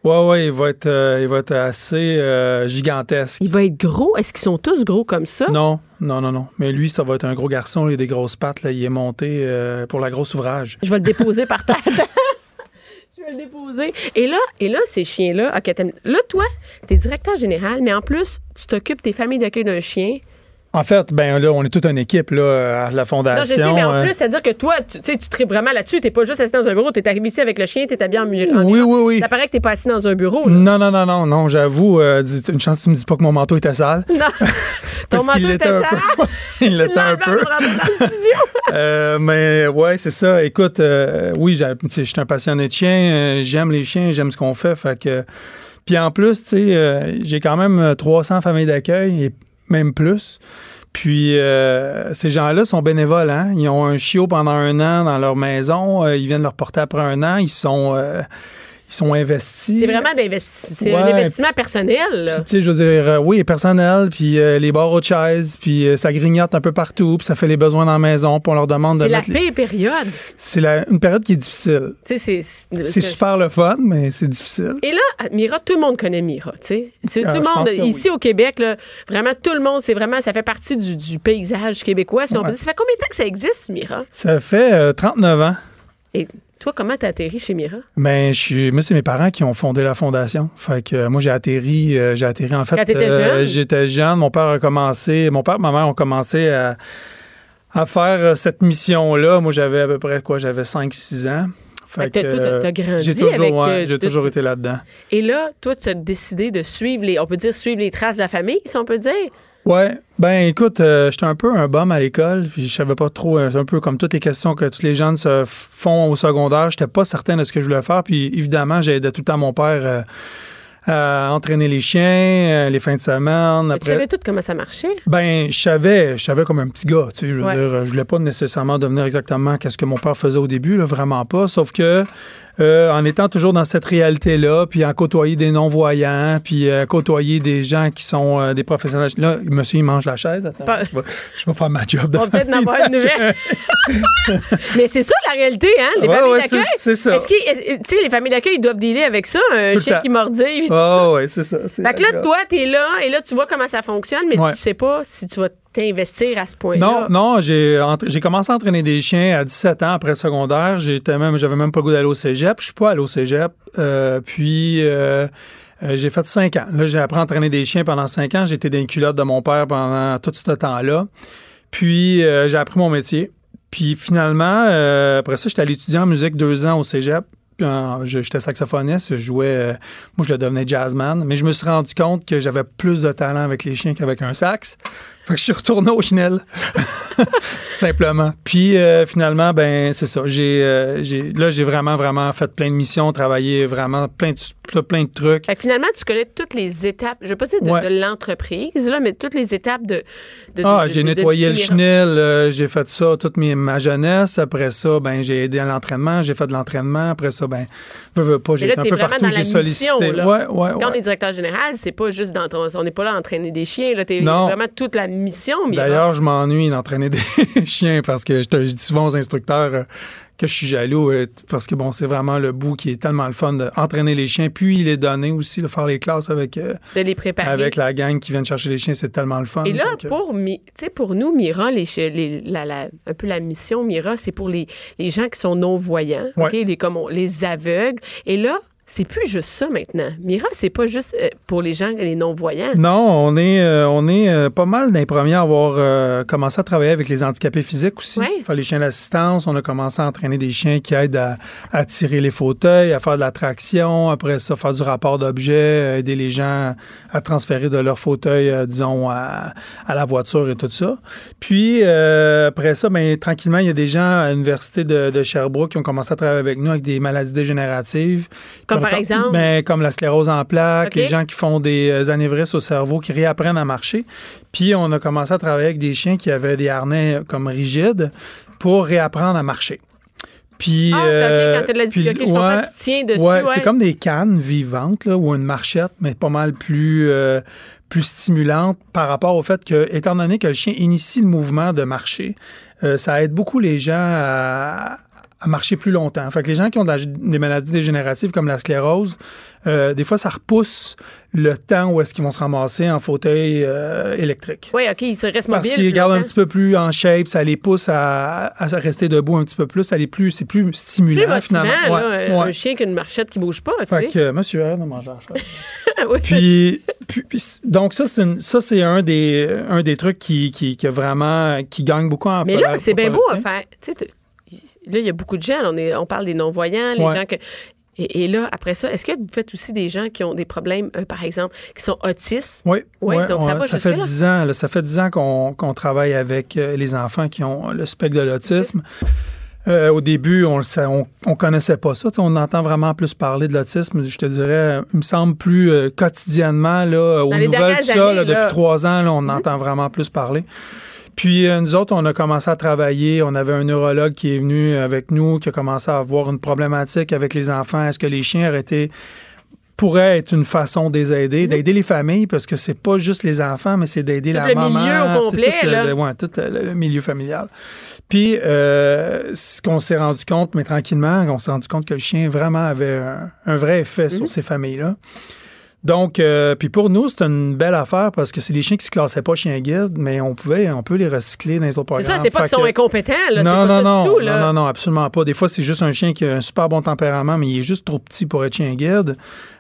Ouais, ouais, il va être, euh, il va être assez euh, gigantesque. Il va être gros. Est-ce qu'ils sont tous gros comme ça? Non, non, non, non. Mais lui, ça va être un gros garçon. Il a des grosses pattes. Là. Il est monté euh, pour la grosse ouvrage. Je vais le déposer par terre. Je vais le déposer. Et là, et là ces chiens-là... OK, t'as- là, toi, t'es directeur général, mais en plus, tu t'occupes des familles d'accueil d'un chien. En fait, ben là, on est toute une équipe là, à Non, la je sais, fondation. mais en euh, plus, c'est-à-dire que toi, tu tu sais, tu tripes vraiment là-dessus. T'es pas juste assis dans un bureau. T'es arrivé ici avec le chien, t'es habillé en mur. en Oui, mur. oui, oui. Mm. Ça paraît que t'es pas assis dans un bureau. là. Non, non, non, non, non. J'avoue, euh, dis- une chance que tu me dis pas que mon manteau était sale. Non. Ton Parce qu'il manteau était l'était un sale. peu. Il l'était un peu. Euh, mais ouais, c'est ça. Écoute, euh, oui, j'ai- tu sais, je suis un passionné de chiens. euh, j'aime les chiens, j'aime ce qu'on fait. Fait que. Puis en plus, tu sais, euh, j'ai quand même euh, 300 familles d'accueil et même plus. Puis euh, ces gens-là sont bénévoles. Hein? Ils ont un chiot pendant un an dans leur maison. euh, ils viennent le reporter après un an. Ils sont, euh, ils sont investis. C'est vraiment d'investi- c'est un Ouais. investissement personnel. là. Puis, tu sais, je veux dire, euh, oui, personnel, puis euh, les barres aux chaises, puis euh, ça grignote un peu partout, puis ça fait les besoins dans la maison, puis on leur demande de C'est la mettre... les- paix période. Tu C'est la- une période qui est difficile. sais, c'est- c'est- C'est super le fun, mais c'est difficile. Et là, Mira, tout le monde connaît Mira, tu sais. C'est- Tout Ah, le je monde, pense que oui. ici au Québec, là, vraiment tout le monde, c'est vraiment, ça fait partie du, du paysage québécois. Si on peut Ouais. dire. Ça fait combien de temps que ça existe, Mira? Ça fait euh, 39 ans. Et toi, comment t'as atterri chez Mira? Mais je suis, moi, c'est mes parents qui ont fondé la fondation. Fait que euh, moi, j'ai atterri, euh, j'ai atterri en fait. euh, Quand t'étais jeune? J'étais jeune. Mon père a commencé, mon père et ma mère ont commencé à, à faire euh, cette mission-là. Moi, j'avais à peu près quoi, j'avais 5-6 ans. euh, Fait que t'as- t'as- t'as grandi j'ai toujours, avec, ouais, euh, j'ai de- toujours été là-dedans. Et là, toi, tu as décidé de suivre les, on peut dire, suivre les traces de la famille, si on peut dire. Ouais, ben écoute, euh, j'étais un peu un bum à l'école, puis je savais pas trop, euh, c'est un peu comme toutes les questions que tous les jeunes se f- font au secondaire, j'étais pas certain de ce que je voulais faire, puis évidemment, j'aidais tout le temps mon père euh, à entraîner les chiens, euh, les fins de semaine, Mais Tu savais après... tout comment ça marchait. Ben, je savais, je savais comme un petit gars, tu sais, je veux Ouais. dire, euh, je voulais pas nécessairement devenir exactement qu'est-ce que mon père faisait au début, là, vraiment pas, sauf que euh, en étant toujours dans cette réalité-là, puis en côtoyer des non-voyants, puis euh, côtoyer des gens qui sont euh, des professionnels. Là, monsieur, il mange la chaise, attends, Pas- je, vais, je vais faire ma job de On va peut-être en famille avoir une d'accueil. nouvelle. Mais c'est ça, la réalité, hein? Les Ouais, familles ouais, d'accueil. c'est- c'est ça. Est-ce qu'ils- est- tu sais, les familles d'accueil, ils doivent dealer avec ça, un Tout le chien temps. qui mordit. Ah ouais, c'est ça. c'est Fait que la là, job. toi, t'es là, et là, tu vois comment ça fonctionne, mais Ouais. tu sais pas si tu vas t'investir à ce point-là. Non, non, j'ai entra- j'ai commencé à entraîner des chiens à 17 ans après le secondaire. J'étais même, j'avais même pas le goût d'aller au cégep. Je suis pas allé au cégep. Euh, puis euh, euh, j'ai fait 5 ans. Là, j'ai appris à entraîner des chiens pendant 5 ans. J'étais dans les culottes de mon père pendant tout ce temps-là. Puis euh, j'ai appris mon métier. Puis finalement, euh, après ça, j'étais allé étudier en musique deux ans au cégep. Puis en- je- j'étais saxophoniste, je jouais, euh, moi je le devenais jazzman, mais je me suis rendu compte que j'avais plus de talent avec les chiens qu'avec un sax. Fait que je suis retourné au chenel, simplement. Puis euh, finalement, ben c'est ça. J'ai, euh, j'ai- là j'ai vraiment vraiment fait plein de missions, travaillé vraiment plein de plein de trucs. Fait que finalement, tu connais toutes les étapes, je veux pas dire de, Ouais. de l'entreprise, là, mais toutes les étapes de. de- Ah, de- j'ai de- de- nettoyé le Mira. chenil, euh, j'ai fait ça toute mes- ma jeunesse. Après ça, ben j'ai aidé à l'entraînement, j'ai fait de l'entraînement. Après ça, ben veux, veux pas, j'ai Mais là, été un t'es peu vraiment partout, dans la j'ai mission, sollicité. là. Ouais, ouais, Quand on est ouais. directeur général, c'est pas juste dans ton- On n'est pas là à entraîner des chiens, là. T'es Non. vraiment toute la mission. mais D'ailleurs, je m'ennuie d'entraîner des chiens parce que je, te- je dis souvent aux instructeurs euh, que je suis jaloux euh, t- parce que bon, c'est vraiment le bout qui est tellement le fun d'entraîner les chiens, puis les donner aussi, de faire les classes avec, euh, de les préparer. avec la euh, gang qui vient chercher les chiens, c'est tellement le fun. Et là, Fait que- pour, Mi- tu sais, pour nous, Mira, les, che- les- la, la- un peu la mission Mira, c'est pour les, les gens qui sont non-voyants, Ouais. OK, les, comme on- les aveugles. Et là, c'est plus juste ça maintenant. Mira, c'est pas juste euh, pour les gens, les non-voyants. Non, on est, euh, on est euh, pas mal d'un premier à avoir euh, commencé à travailler avec les handicapés physiques aussi. Ouais. Faire les chiens d'assistance, on a commencé à entraîner des chiens qui aident à, à tirer les fauteuils, à faire de la traction, après ça, faire du rapport d'objets, euh, aider les gens à transférer de leur fauteuil, euh, disons, à, à la voiture et tout ça. Puis, euh, après ça, ben, tranquillement, il y a des gens à l'Université de, de Sherbrooke qui ont commencé à travailler avec nous avec des maladies dégénératives. Comme Puis on par a com- exemple? Ben, comme la sclérose en plaques, OK. les gens qui font des euh, anévrismes au cerveau, qui réapprennent à marcher. Puis on a commencé à travailler avec des chiens qui avaient des harnais euh, comme rigides pour réapprendre à marcher. Puis, Ah, c'est OK, euh, quand t'as de la puis- dislocée, je comprends, tu tiens dessus, ouais, ouais. c'est comme des cannes vivantes là, ou une marchette, mais pas mal plus, euh, plus stimulante par rapport au fait que, étant donné que le chien initie le mouvement de marcher, euh, ça aide beaucoup les gens à, à marcher plus longtemps. Fait que les gens qui ont de la- des maladies dégénératives comme la sclérose, euh, des fois, ça repousse le temps où est-ce qu'ils vont se ramasser en fauteuil euh, électrique. Oui, OK, ils se restent Parce mobiles. qu'ils plus gardent un longtemps. petit peu plus en shape, ça les pousse à, à rester debout un petit peu plus, ça les plus, c'est plus stimulant plus motivant, finalement. là, euh, Ouais, un- ouais. un chien qu'une marchette qui bouge pas, tu Fait sais. que, euh, monsieur, arrête de manger la chaise. Oui. puis, puis- puis- donc ça, c'est une- ça, c'est un des, un des trucs qui, qui, qui a vraiment, qui gagne beaucoup en Mais là, polar- c'est bien beau à popularité. faire. Tu sais, t- là, il y a beaucoup de gens. là, on, est, on parle des non-voyants, les Ouais. gens que. Et, et là, après ça, est-ce que vous faites aussi des gens qui ont des problèmes, euh, par exemple, qui sont autistes? Oui, Oui, ouais, donc ça on- va fait jusque-là. 10 ans, là, ça fait 10 ans qu'on qu'on travaille avec euh, les enfants qui ont le spectre de l'autisme. Euh, au début, on le sa- on, on connaissait pas ça. Tu sais, on entend vraiment plus parler de l'autisme, je te dirais, il me semble plus euh, quotidiennement, là, euh, aux Dans les nouvelles, tout dernières ça, là, années, là. Mm-hmm. depuis trois ans, là, on entend vraiment plus parler. Puis euh, nous autres, on a commencé à travailler. On avait un neurologue qui est venu avec nous, qui a commencé à avoir une problématique avec les enfants. Est-ce que les chiens auraient été pourrait être une façon de les aider, d'aider les familles, parce que c'est pas juste les enfants, mais c'est d'aider Tout la le maman. milieu au tu sais, complet, tout le- là. le- ouais, tout le, le milieu familial. Puis, euh, ce qu'on s'est rendu compte, mais tranquillement, on s'est rendu compte que le chien vraiment avait un, un vrai effet Mhm. sur ces familles-là. Donc, euh, puis pour nous, c'est une belle affaire parce que c'est des chiens qui se classaient pas chien guide, mais on pouvait, on peut les recycler dans les autres C'est programmes. ça, c'est pas Fait qu'ils sont que- incompétents, là. c'est non, pas non, ça non, du tout, là. non, non, non, absolument pas. Des fois, c'est juste un chien qui a un super bon tempérament, mais il est juste trop petit pour être chien guide,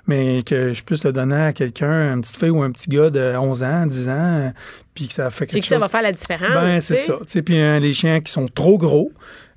mais que je puisse le donner à quelqu'un, une petite fille ou un petit gars de 11 ans, 10 ans, puis que ça fait C'est quelque que ça chose. va faire la différence. ben, tu c'est sais. ça. Tu sais, puis hein, les chiens qui sont trop gros.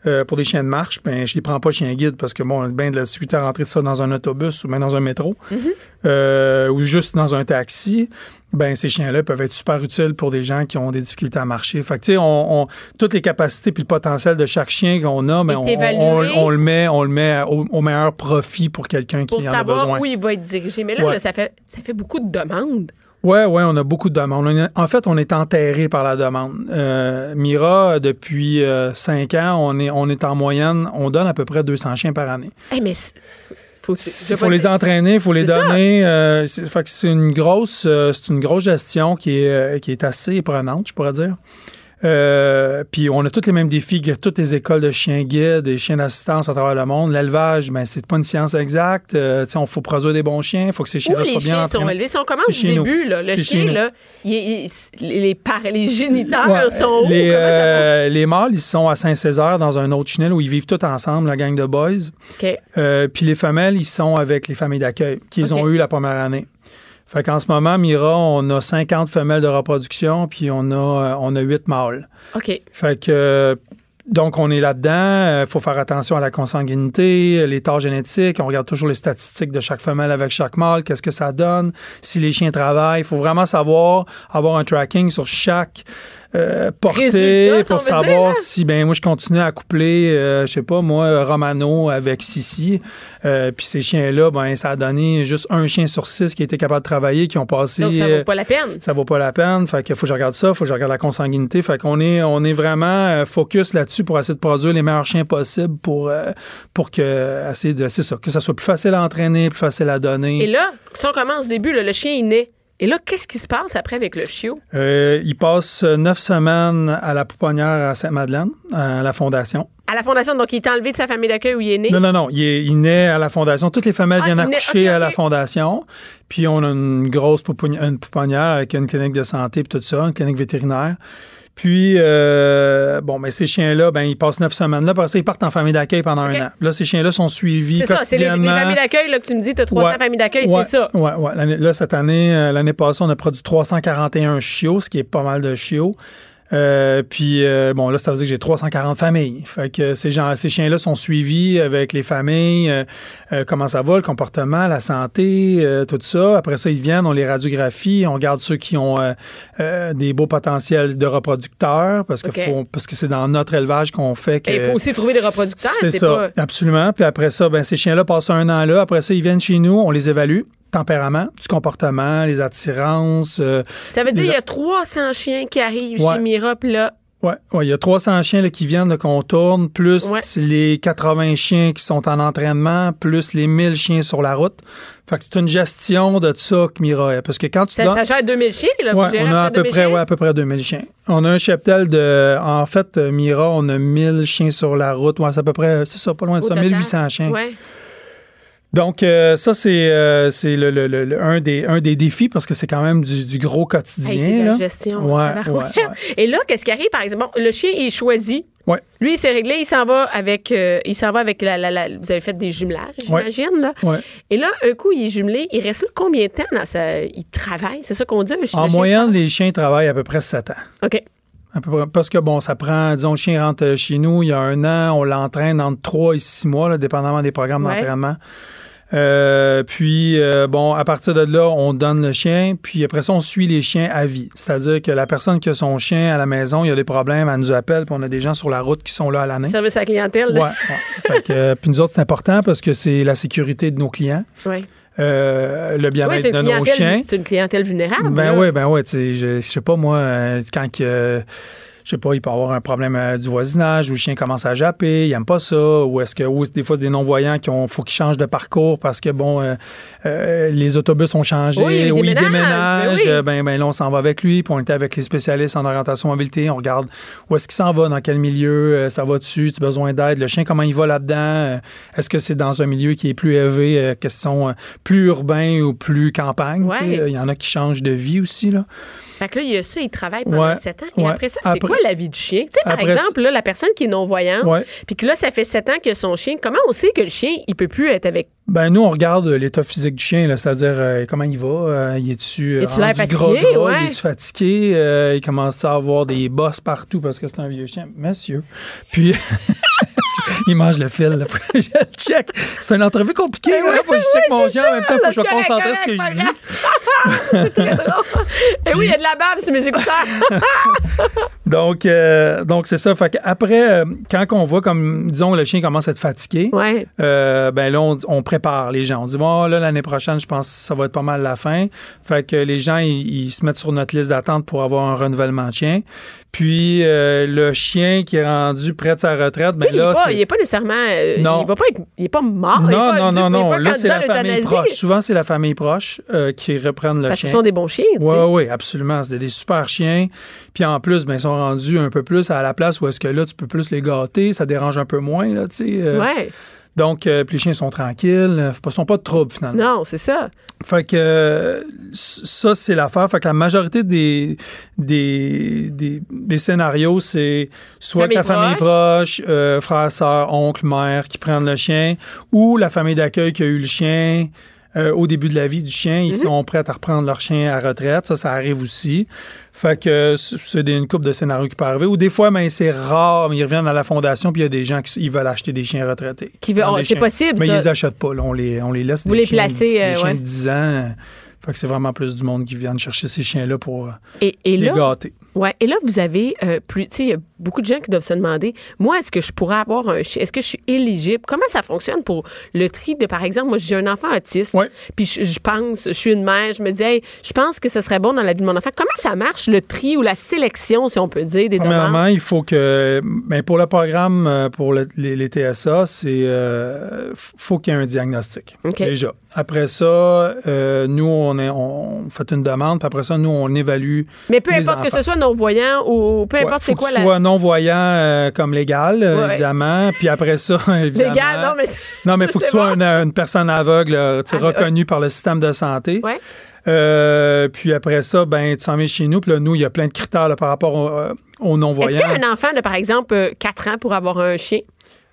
euh, pour des chiens de marche, ben, je les prends pas chien guide parce que bon, ben de la suite à rentrer ça dans un autobus ou même dans un métro Mm-hmm. euh, ou juste dans un taxi, ben ces chiens-là peuvent être super utiles pour des gens qui ont des difficultés à marcher. Fait que, tu sais, on, on- toutes les capacités puis le potentiel de chaque chien qu'on a, ben, on, Est évalué. on- on le met, on le met au, au meilleur profit pour quelqu'un qui Pour en a besoin. savoir où il va être dirigé. Mais là, Ouais. là, ça, fait, ça fait beaucoup de demandes. Ouais, ouais, on a beaucoup de demandes. On est- En fait, on est enterré par la demande. Euh, Mira, depuis euh, cinq ans, on est, on est en moyenne, on donne à peu près 200 chiens par année. Eh, mais. c'est- Faut, je Il vais faut pas les dire- entraîner, il faut les C'est ça. donner. euh, c'est fait que c'est une grosse, euh, c'est une grosse gestion qui est, euh, qui est assez prenante, je pourrais dire. Euh, puis on a tous les mêmes défis que toutes les écoles de chiens guides et chiens d'assistance à travers le monde. L'élevage, ben c'est pas une science exacte. Euh, tu sais, on faut produire des bons chiens, il faut que ces Où chiens-là les soient bien chiens sont entraînés. élevés. Si on commence C'est du chez nous. début, là, le C'est chez chien, nous. là, il est- il- les, par- les géniteurs Ouais, sont où? les, Comment ça va? euh, les mâles, ils sont à Saint-Césaire dans un autre chenil où ils vivent tous ensemble, la gang de boys. OK. Euh, puis les femelles, ils sont avec les familles d'accueil qu'ils Ok. ont eues la première année. Fait qu'en ce moment, Mira, on a 50 femelles de reproduction, puis on a, euh, on a 8 mâles. OK. Fait que, euh, donc, on est là-dedans. Il faut faire attention à la consanguinité, euh, l'état génétique. On regarde toujours les statistiques de chaque femelle avec chaque mâle. Qu'est-ce que ça donne? Si les chiens travaillent, il faut vraiment savoir, avoir un tracking sur chaque euh, portée Résultat, si pour on veut dire, hein? savoir là. si, ben moi, je continue à coupler, euh, je sais pas, moi, Romano avec Sissi. Euh, Puis ces chiens-là, ben ça a donné juste un chien sur six qui était capable de travailler, qui ont passé Donc, ça euh, vaut pas la peine. ça vaut pas la peine. Fait que faut que je regarde ça, faut que je regarde la consanguinité. Fait qu'on est, on est vraiment euh, focus là-dessus pour essayer de produire les meilleurs chiens possibles pour, euh, pour que, essayer de, c'est ça, que ça soit plus facile à entraîner, plus facile à donner. Et là, si on commence au début, là, le chien, il naît. Et là, qu'est-ce qui se passe après avec le chiot? Euh, il passe neuf semaines à la pouponnière à Sainte-Madeleine, à la fondation. À la fondation, donc il est enlevé de sa famille d'accueil où il est né? Non, non, non. Il, est, il naît à la fondation. Toutes les familles Ah, viennent il naît- accoucher ok, à la ok. fondation. Puis on a une grosse pouponnière, une pouponnière avec une clinique de santé puis tout ça, une clinique vétérinaire. Puis, euh, bon, mais ces chiens-là, ben, ils passent neuf semaines là. Parce qu'ils partent en famille d'accueil pendant Ok. un an. Là, ces chiens-là sont suivis C'est ça, c'est les, les quotidiennement. familles d'accueil là, que tu me dis, tu as 300 Ouais. familles d'accueil, Ouais, c'est ça. Ouais, ouais. L'année- là, cette année, euh, l'année passée, on a produit 341 chiots, ce qui est pas mal de chiots. Euh, puis euh, bon là ça veut dire que j'ai 340 familles. Fait que ces gens ces chiens là sont suivis avec les familles euh, euh, comment ça va le comportement, la santé, euh, tout ça. Après ça ils viennent, on les radiographie, on garde ceux qui ont euh, euh, des beaux potentiels de reproducteurs parce que Ok. faut- parce que c'est dans notre élevage qu'on fait que Et il faut aussi trouver des reproducteurs. c'est ça, Pas... absolument. Puis après ça, ben, ces chiens-là passent un an là. Après ça, ils viennent chez nous, on les évalue. Tempérament, du comportement, les attirances. euh, Ça veut dire Les- qu'il y a 300 chiens qui arrivent Ouais. chez Mira, puis là, ouais, ouais, il y a 300 chiens là, qui viennent, là, qu'on tourne, plus Ouais. les 80 chiens qui sont en entraînement, plus les 1000 chiens sur la route. Fait que c'est une gestion de ça que Mira est. Parce que quand tu ça, donnes- ça gère 2000 chiens. Là, Ouais, vous gérez on a à peu 2000 près, chiens? ouais, à peu près 2000 chiens. On a un cheptel de. En fait, euh, Mira, on a 1000 chiens sur la route. Ouais, c'est à peu près, c'est ça, pas loin de Au ça, total. 1800 chiens. Ouais. Donc, euh, ça, c'est euh, c'est le, le- le- le- un, des, un des défis parce que c'est quand même du, du gros quotidien. Hey, c'est de là. la gestion. hein, Ouais, tabarouette. ouais, ouais. Et là, qu'est-ce qui arrive, par exemple? Bon, le chien, il est choisi. Ouais. Lui, il s'est réglé, il s'en va avec. euh, il s'en va avec la, la- la- Vous avez fait des jumelages, Ouais. j'imagine, là. Ouais. Et là, un coup, il est jumelé. Il reste là combien de temps dans sa. Il travaille? C'est ça qu'on dit, un chien? En le chien moyenne, les chiens travaillent à peu près 7 ans. travaille? OK. À peu près, parce que, bon, ça prend, disons, le chien rentre euh, chez nous il y a un an, on l'entraîne entre 3 et 6 mois, là, dépendamment des programmes Ouais. d'entraînement. Euh, puis, euh, bon, à partir de là, on donne le chien, puis après ça, on suit les chiens à vie. C'est-à-dire que la personne qui a son chien à la maison, il y a des problèmes, elle nous appelle, puis on a des gens sur la route qui sont là à l'année. Service à la clientèle. Ouais, là. ouais. Fait que, euh, puis nous autres, c'est important parce que c'est la sécurité de nos clients, Ouais. euh, le Ouais, bien-être c'est, de une nos clientèle- chiens. c'est une clientèle vulnérable. Ben là. oui, ben oui. tu sais, Je, je sais pas, moi, euh, quand que, euh, je sais pas, il peut avoir un problème euh, du voisinage, ou le chien commence à japper, il aime pas ça, ou est-ce que, ou des fois, c'est des non-voyants qui ont, faut qu'ils changent de parcours parce que, bon, euh, euh, les autobus ont changé, Oui, ils ou ils déménagent, déménagent, ben oui. euh, ben, ben là, on s'en va avec lui, puis on était avec les spécialistes en orientation mobilité, on regarde où est-ce qu'il s'en va, dans quel milieu, euh, ça va dessus, tu as besoin d'aide, le chien, comment il va là-dedans, euh, est-ce que c'est dans un milieu qui est plus élevé, euh, question euh, plus urbain ou plus campagne, tu sais, Ouais. euh, il y en a qui changent de vie aussi, là. Fait que là, il y a ça, il travaille pendant Ouais, 7 ans. Et ouais. après ça, c'est Après- quoi la vie du chien? Tu sais, par Après- exemple, là, la personne qui est non-voyante, Ouais. puis que là, ça fait 7 ans que son chien, comment on sait que le chien, il peut plus être avec. Ben nous, on regarde euh, l'état physique du chien, là, c'est-à-dire euh, comment il va, euh, il est-tu Est-tu l'air fatigué? Ouais. il est-tu fatigué, Euh, il commence à avoir des bosses partout parce que c'est un vieux chien, monsieur. Puis il mange le fil, là, Faut que je le check. C'est une entrevue compliquée, là, faut que je check mon chien en même temps, faut que je me correct, concentre à ce que correct, je dis. c'est très drôle. Et oui, il y a de la bave sur mes écouteurs. Donc, euh, donc c'est ça. Fait après, euh, quand on voit comme, disons, le chien commence à être fatigué, ouais. Euh, ben là, on, on prépare les gens. On dit, bon, là, l'année prochaine, je pense que ça va être pas mal la fin. Fait que les gens, ils, ils se mettent sur notre liste d'attente pour avoir un renouvellement de chien. Puis, euh, le chien qui est rendu près de sa retraite, Tu sais, ben il est là, pas- c'est- il est pas nécessairement. euh, Non. Il va pas être. Il est pas mort. il est Non, pas- non, il non, est non. pas Là, c'est la candidat à famille l'euthanasie. proche. Souvent, c'est la famille proche euh, qui reprennent le Parce chien. qu'ils sont des bons chiens. tu sais. Oui, oui, absolument. C'est des super chiens. Puis en plus, ben, ils sont rendus un peu plus à la place où est-ce que là, tu peux plus les gâter, ça dérange un peu moins, là, tu sais. euh. Ouais. Donc, euh, puis les chiens sont tranquilles, euh, ils sont pas de trouble, finalement. Non, c'est ça. Fait que euh, ça, c'est l'affaire. Fait que la majorité des, des, des, des scénarios, c'est soit Famille que la famille proche, euh, frère, sœur, oncle, mère qui prennent le chien, ou la famille d'accueil qui a eu le chien euh, au début de la vie du chien. Mhm. Ils sont prêts à reprendre leur chien à retraite. Ça, ça arrive aussi. Fait que euh, c- c'est des- une coupe de scénarios qui peut arriver. Ou des fois, ben, c'est rare, mais ils reviennent à la fondation, puis il y a des gens qui s- ils veulent acheter des chiens retraités. Qui veulent- Dans oh, des c'est chiens. possible, Mais ça. ils les achètent pas. là. On, les, on les laisse Vous des les chiens- placez, des euh, chiens ouais. de 10 ans. Fait que c'est vraiment plus du monde qui viennent chercher ces chiens-là pour euh, Et, et les là, gâter. Ouais. Et là, vous avez euh, plus. Tu sais, il y a beaucoup de gens qui doivent se demander moi, est-ce que je pourrais avoir un chien Est-ce que je suis éligible Comment ça fonctionne pour le tri de, par exemple, moi, j'ai un enfant autiste. Ouais. Puis je, je pense, je suis une mère, je me dis, hey, je pense que ça serait bon dans la vie de mon enfant. Comment ça marche, le tri ou la sélection, si on peut dire, des demandes Premièrement, il faut que, ben, pour le programme euh, pour le- les, les TSA, c'est euh, f- faut qu'il y ait un diagnostic OK. déjà. Après ça, euh, nous on, est, on fait une demande, puis après ça, nous on évalue. Mais peu les importe que enfants. ce soit non-voyant ou peu Ouais, importe c'est faut quoi qu'il la. soit non-voyant euh, comme légal, euh, Ouais, ouais. évidemment. Puis après ça, évidemment. Légal, non, mais. Non, mais il faut que c'est ce soit bon. une, une personne aveugle, euh, tu sais, Ah, reconnue par le système de santé. Ouais. Euh, puis après ça, ben, tu s'en mets chez nous. Puis là, nous, il y a plein de critères là, par rapport au, euh, aux Est-ce non-voyants. qu'un enfant de, par exemple, euh, 4 ans pour avoir un chien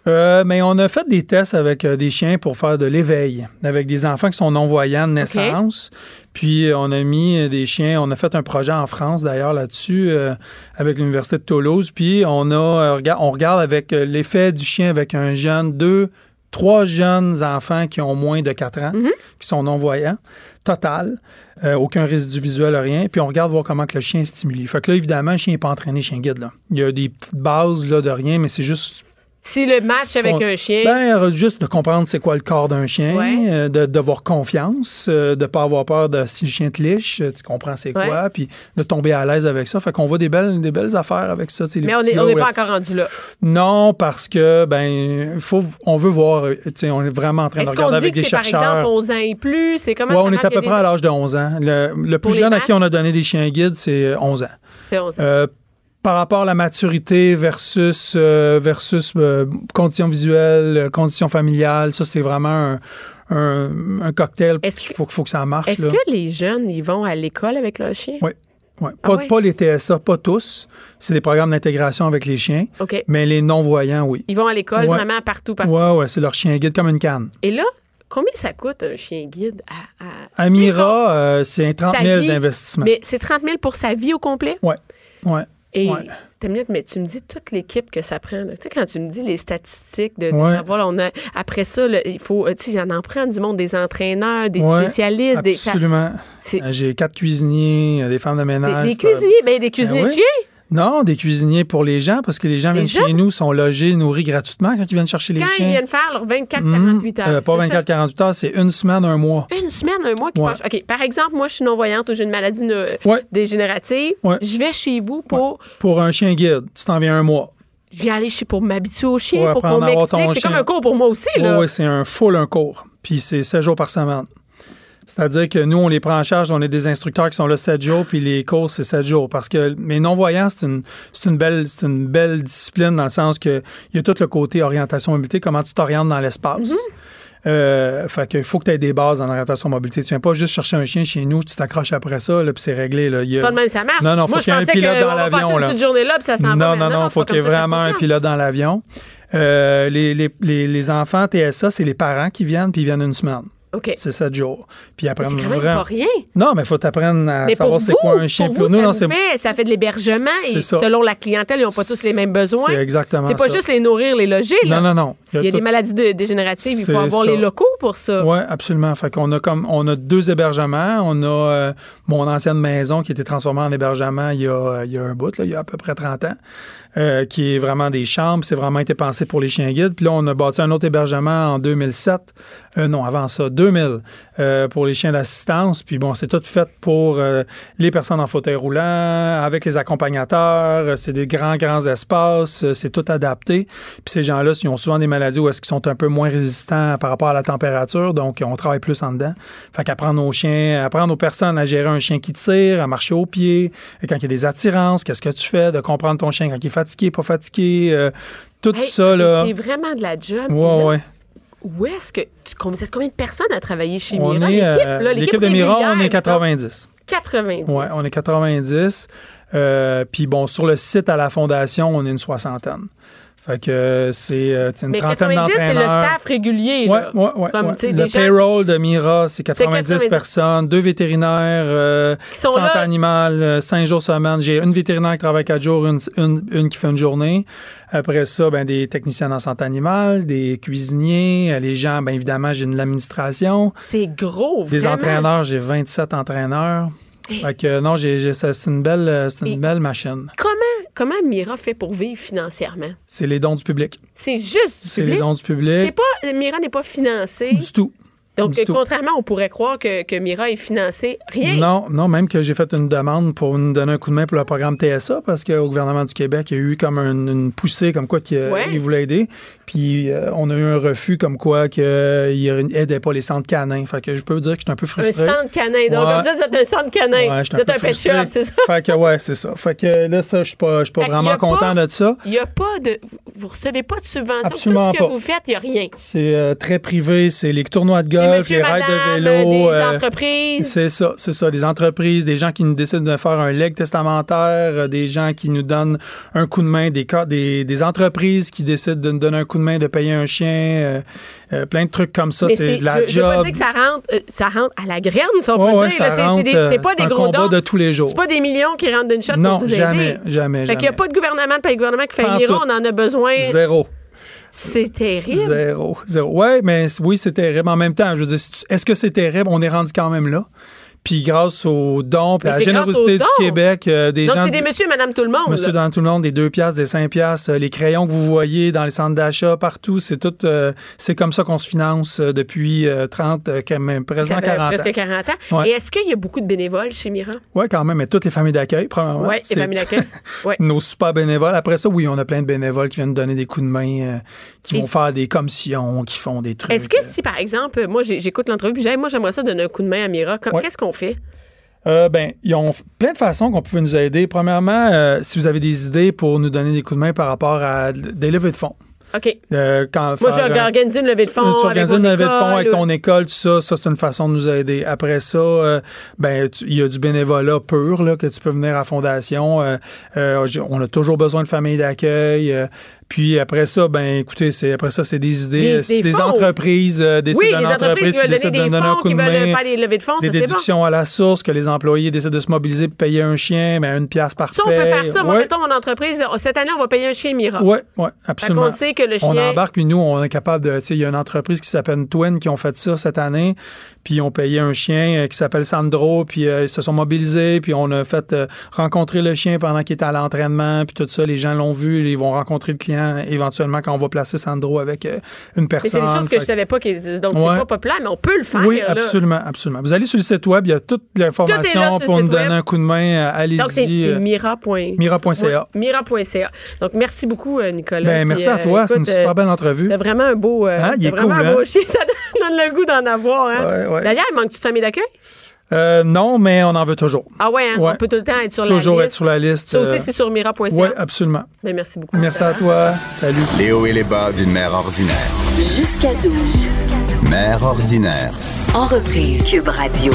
Euh, mais on a fait des tests avec euh, des chiens pour faire de l'éveil, avec des enfants qui sont non-voyants de naissance. Puis euh, on a mis euh, des chiens, on a fait un projet en France d'ailleurs là-dessus euh, avec l'Université de Toulouse. Puis on, a, euh, rega- on regarde avec euh, l'effet du chien avec un jeune, deux, trois jeunes enfants qui ont moins de quatre ans, qui sont non-voyants, total, euh, aucun résidu visuel, rien. Puis on regarde voir comment que le chien est stimulé. Fait que là, évidemment, le chien n'est pas entraîné, chien guide. Là. Il y a des petites bases là, de rien, mais c'est juste Si le match avec font- un chien. Ben, euh, juste de comprendre c'est quoi le corps d'un chien, Ouais. euh, de d'avoir confiance, euh, de pas avoir peur de si le chien te liche, euh, tu comprends c'est Ouais. quoi, puis de tomber à l'aise avec ça. Fait qu'on voit des belles, des belles affaires avec ça. tu sais, les mais on petits n'est gars, ouais, pas petits- encore rendu là. Non, parce que ben, faut, on veut voir. euh, tu sais, on est vraiment en train de Est-ce regarder qu'on dit avec que des c'est par chercheurs. exemple 11 ans et plus? C'est comment Ouais, ça on est marche? à peu Il y près a à des- l'âge de 11 ans. Le, le Pour plus les jeune à qui matchs? on a donné des chiens guides, c'est 11 ans. C'est 11 ans. Euh, par rapport à la maturité versus euh, versus euh, conditions visuelles, euh, conditions familiales, ça c'est vraiment un, un- un cocktail. Est-ce Il que- faut, faut que ça marche. Est-ce là. que les jeunes, ils vont à l'école avec leur chien? Ouais, Ah ouais. Pas, ouais? pas les TSA, pas tous. C'est des programmes d'intégration avec les chiens, OK. mais les non-voyants, oui. Ils vont à l'école Ouais. vraiment partout, partout. Ouais, ouais, c'est leur chien guide comme une canne. Et là, combien ça coûte un chien guide à. à- Amira, euh, c'est un Tu sais, 30 sa 000 vie, d'investissement. Mais c'est 30 000 pour sa vie au complet? Ouais, ouais. Et ouais. t'as une minute, mais tu me dis toute l'équipe que ça prend. là. Tu sais, quand tu me dis les statistiques de, de Ouais. savoir, là, on a, après ça, là, il faut, euh, tu sais, il y en en prend du monde, des entraîneurs, des Ouais, spécialistes, des, ça- Absolument. c'est- Euh, J'ai quatre cuisiniers, euh, des femmes de des, ménage. des euh, cuisiniers, ben, des cuisiniers oui. de chiens. Non, des cuisiniers pour les gens, parce que les gens Les viennent gens? chez nous, sont logés, nourris gratuitement quand ils viennent chercher les Quand chiens. ils viennent faire leurs 24-48 heures. Euh, pas c'est ça? 24-48 heures, c'est une semaine, un mois. Une semaine, un mois qui Ouais. passe. OK. Par exemple, moi, je suis non-voyante ou j'ai une maladie ne- Ouais. dégénérative. Ouais. Je vais chez vous pour. Pour un chien guide, tu t'en viens un mois. Je vais aller chez pour m'habituer au chien, Pour pour qu'on apprendre à avoir m'explique. ton C'est comme chien. un cours pour moi aussi, là. Ouais, ouais, c'est un full, un cours. Puis c'est 7 jours par semaine. C'est-à-dire que nous, on les prend en charge, on a des instructeurs qui sont là 7 jours, puis les cours, c'est 7 jours. Parce que mais non-voyants, c'est une, c'est une, belle, c'est une belle discipline dans le sens que il y a tout le côté orientation mobilité, comment tu t'orientes dans l'espace. Mm-hmm. Euh, fait qu'il faut que tu aies des bases en orientation mobilité. Tu viens pas juste chercher un chien chez nous, tu t'accroches après ça, là, puis c'est réglé. Là. Il y a- Pas de même, ça marche. Non, non, faut moi, je qu'il y ait un pensais pilote que dans on va passer l'avion, une là. petite journée là, puis ça s'en va. Non, maintenant. non, non, C'est il faut pas qu'il y ait comme ça que ça vraiment un fonctionne. pilote dans l'avion. Euh, les, les, les, les enfants TSA, c'est les parents qui viennent, puis ils viennent une semaine. OK. C'est sept jours. Puis ils Mais apprennent C'est quand même vraiment. pas rien. Non, mais il faut t'apprendre à Mais pour savoir vous, c'est quoi un chien. pour Puis vous, ça, non, vous fait, ça fait de l'hébergement et C'est ça. selon la clientèle, ils n'ont pas tous les mêmes besoins. C'est exactement C'est pas ça. juste les nourrir, les loger. là. Non, non, non. Il y a S'il y a tout- des maladies de- dégénératives, il faut C'est avoir ça. les locaux pour ça. Oui, absolument. Fait qu'on a comme on a deux hébergements. On a euh, mon ancienne maison qui a été transformée en hébergement il y a, euh, il y a un bout, là, il y a à peu près 30 ans, euh, qui est vraiment des chambres. C'est vraiment été pensé pour les chiens guides. Puis là, on a bâti un autre hébergement en 2007. Euh, non, avant ça, 2000, euh, pour les chiens d'assistance. Puis bon, c'est tout fait pour euh, les personnes en fauteuil roulant, avec les accompagnateurs. Euh, C'est des grands, grands espaces. Euh, C'est tout adapté. Puis ces gens-là, ils ont souvent des maladies où est-ce qu'ils sont un peu moins résistants par rapport à la température. Donc, on travaille plus en dedans. Fait qu'apprendre aux chiens, apprendre aux personnes à gérer un chien qui tire, à marcher au pied, et quand il y a des attirances, qu'est-ce que tu fais, de comprendre ton chien quand il est fatigué, pas fatigué. euh, tout Hey, ça, là. C'est vraiment de la job. Et Ouais, là, ouais. Où est-ce que. tu- Vous êtes combien de personnes à travailler chez On Mira? est, L'équipe, euh, là, l'équipe de Mira, on régulière, est 90. 90. Ouais, on est 90. Euh, Puis bon, sur le site à la fondation, on est une soixantaine. Fait que euh, c'est euh, t'sais, une Mais trentaine 90, c'est le d'entraîneurs. staff régulier. Ouais, là. ouais, ouais, Comme, ouais. tu sais, Le des gens payroll de Mira, c'est 90, 90. personnes, deux vétérinaires, euh, Qui sont santé là. animale, euh, cinq jours semaine. J'ai une vétérinaire qui travaille quatre jours, une, une, une qui fait une journée. Après ça, ben, des techniciens en santé animale, des cuisiniers, euh, les gens, ben, évidemment, j'ai de l'administration. C'est gros. Des vraiment. entraîneurs, j'ai 27 entraîneurs. Fait que euh, non, j'ai- j'ai- ça- c'est une belle, euh, c'est une belle machine. Comment, comment Mira fait pour vivre financièrement? C'est les dons du public. C'est juste du C'est public. les dons du C'est public. pas, Mira n'est pas financée. Du tout. Donc, du euh, tout. contrairement, on pourrait croire que, que Mira est financée. Rien. Non, non, même que j'ai fait une demande pour nous donner un coup de main pour le programme TSA parce qu'au gouvernement du Québec, il y a eu comme une, une poussée comme quoi qu'il Ouais. il voulait aider. Puis euh, on a eu un refus comme quoi euh, qu'il aidait pas les centres canins. Fait que je peux vous dire que je suis un peu Un frustré. centre canin. Donc, Ouais. comme ça, vous êtes un centre canin. Ouais, vous j'étais un êtes peu un pet frustré. shop, c'est ça? Fait que ouais, c'est ça. Fait que là, ça, je suis pas, je suis pas Fait qu'il y a vraiment content pas- de ça. Il n'y a pas de. vous- Vous recevez pas de subvention. Absolument Tout ce que pas. vous faites, il n'y a rien. C'est euh, très privé, c'est les tournois de C'est golf, monsieur, les rides madame, de euh, vélo. des euh, entreprises. c'est ça, c'est ça. Des entreprises, des gens qui nous décident de faire un leg testamentaire, euh, des gens qui nous donnent un coup de main, des, cas- des, des entreprises qui décident de nous donner un coup de main, de payer un chien, euh, euh, plein de trucs comme ça. Mais C'est de la je, je veux pas job. dire que ça rentre, euh, ça rentre à la graine, si on Ouais, peut ouais, dire. ça là. C'est- rentre, c'est des- euh, c'est pas c'est des un gros combat dons. de tous les jours. C'est pas des millions qui rentrent d'une shot non, pour vous jamais, aider. jamais, Fait jamais. qu'il n'y a pas de gouvernement, pas de gouvernement qui fait Pas en venir, tout. on en a besoin. Zéro. C'est terrible. Zéro, zéro. Ouais, mais c- oui, c'est terrible. En même temps, je veux dire, si tu- est-ce que c'est terrible? On est rendu quand même là. Puis grâce aux dons, puis Mais à la c'est grâce aux générosité dons. du Québec, euh, des Donc, gens... c'est des du- monsieur et madame tout le monde. Monsieur Oh, là. dans tout le monde, des 2 piastres, des 5 piastres, euh, les crayons que vous voyez dans les centres d'achat, partout, c'est tout... euh, c'est comme ça qu'on se finance euh, depuis euh, 30, euh, quand même, Ça présent fait 40 ans. presque 40 ans. Ouais. Et est-ce qu'il y a beaucoup de bénévoles chez Mira? Oui, quand même, mais toutes les familles d'accueil, premièrement. Oui, les c'est- familles d'accueil. Ouais. Nos super bénévoles. Après ça, oui, on a plein de bénévoles qui viennent donner des coups de main, euh, qui Et- vont faire des commissions, qui font des trucs. Est-ce que euh. si, par exemple, euh, moi, j'ai- j'écoute l'entrevue, puis j'ai, moi, j'aimerais ça donner un coup de main à Mira, comme- Ouais. qu'est-ce qu'on fait? Euh, ben, ils ont f- plein de façons qu'on pouvait nous aider. Premièrement, euh, si vous avez des idées pour nous donner des coups de main par rapport à l- des levées de fonds. OK. Euh, quand Moi, faire, j'ai euh, organisé une levée de fonds. avec tu organises une mon levée de fonds avec école, ton école, tout ça, ça c'est une façon de nous aider. Après ça, euh, ben tu- il y a du bénévolat pur là, que tu peux venir à la fondation. Euh, euh, j'ai- on a toujours besoin de familles d'accueil. euh, puis après ça, ben écoutez, c'est après ça c'est des idées. Des- Euh, si des des, fonds. entreprises, euh, décident Oui, d'une les entreprises entreprise qui veulent décide donner de des donner un fonds, coup qui de veulent euh, main, faire des levées de fonds, des ça, c'est bon. déductions à la source, que les employés décident de se mobiliser pour payer un chien, mais une pièce par Ça, on paie. peut faire ça. Moi, Ouais. mettons, mon entreprise, oh, cette année, on va payer un chien Mira. Oui, oui, absolument. Fait qu'on sait que le On chien- embarque, puis nous, on est capable de. Tu sais, il y a une entreprise qui s'appelle Twin qui ont fait ça cette année, puis ils ont payé un chien euh, qui s'appelle Sandro, puis euh, ils se sont mobilisés, puis on a fait euh, rencontrer le chien pendant qu'il était à l'entraînement, puis tout ça, les gens l'ont vu, ils vont rencontrer le client éventuellement quand on va placer Sandro avec euh, Mais une c'est personne. des choses que Fait je savais pas qui existent. Donc, Ouais. c'est pas populaire, mais on peut le faire. oui, là. absolument, absolument. Vous allez sur le site web, il y a toute Tout est là sur l'information le pour site nous donner web. un coup de main. euh, Allez-y. Donc, c'est c'est euh, mira. mira.ca. Ouais, mira.ca. Donc, merci beaucoup, euh, Nicolas. Ben, Puis, merci à euh, toi, c'est une écoute, euh, super belle entrevue. T'as vraiment un beau. euh, Hein, il t'as est vraiment cool, un beau hein? chien. Ça donne le goût d'en avoir. Hein? Ouais, ouais. D'ailleurs, il manque de famille d'accueil? Euh, non, mais on en veut toujours. Ah ouais, hein? Ouais. on peut tout le temps être sur Toujours la être liste. sur la liste. Ça aussi, euh, c'est sur mira.ca. Oui, absolument. Ben, merci beaucoup. Merci à toi. Salut. Les hauts et les bas d'une mère ordinaire. Jusqu'à 12. Mère ordinaire. En reprise. Cube Radio.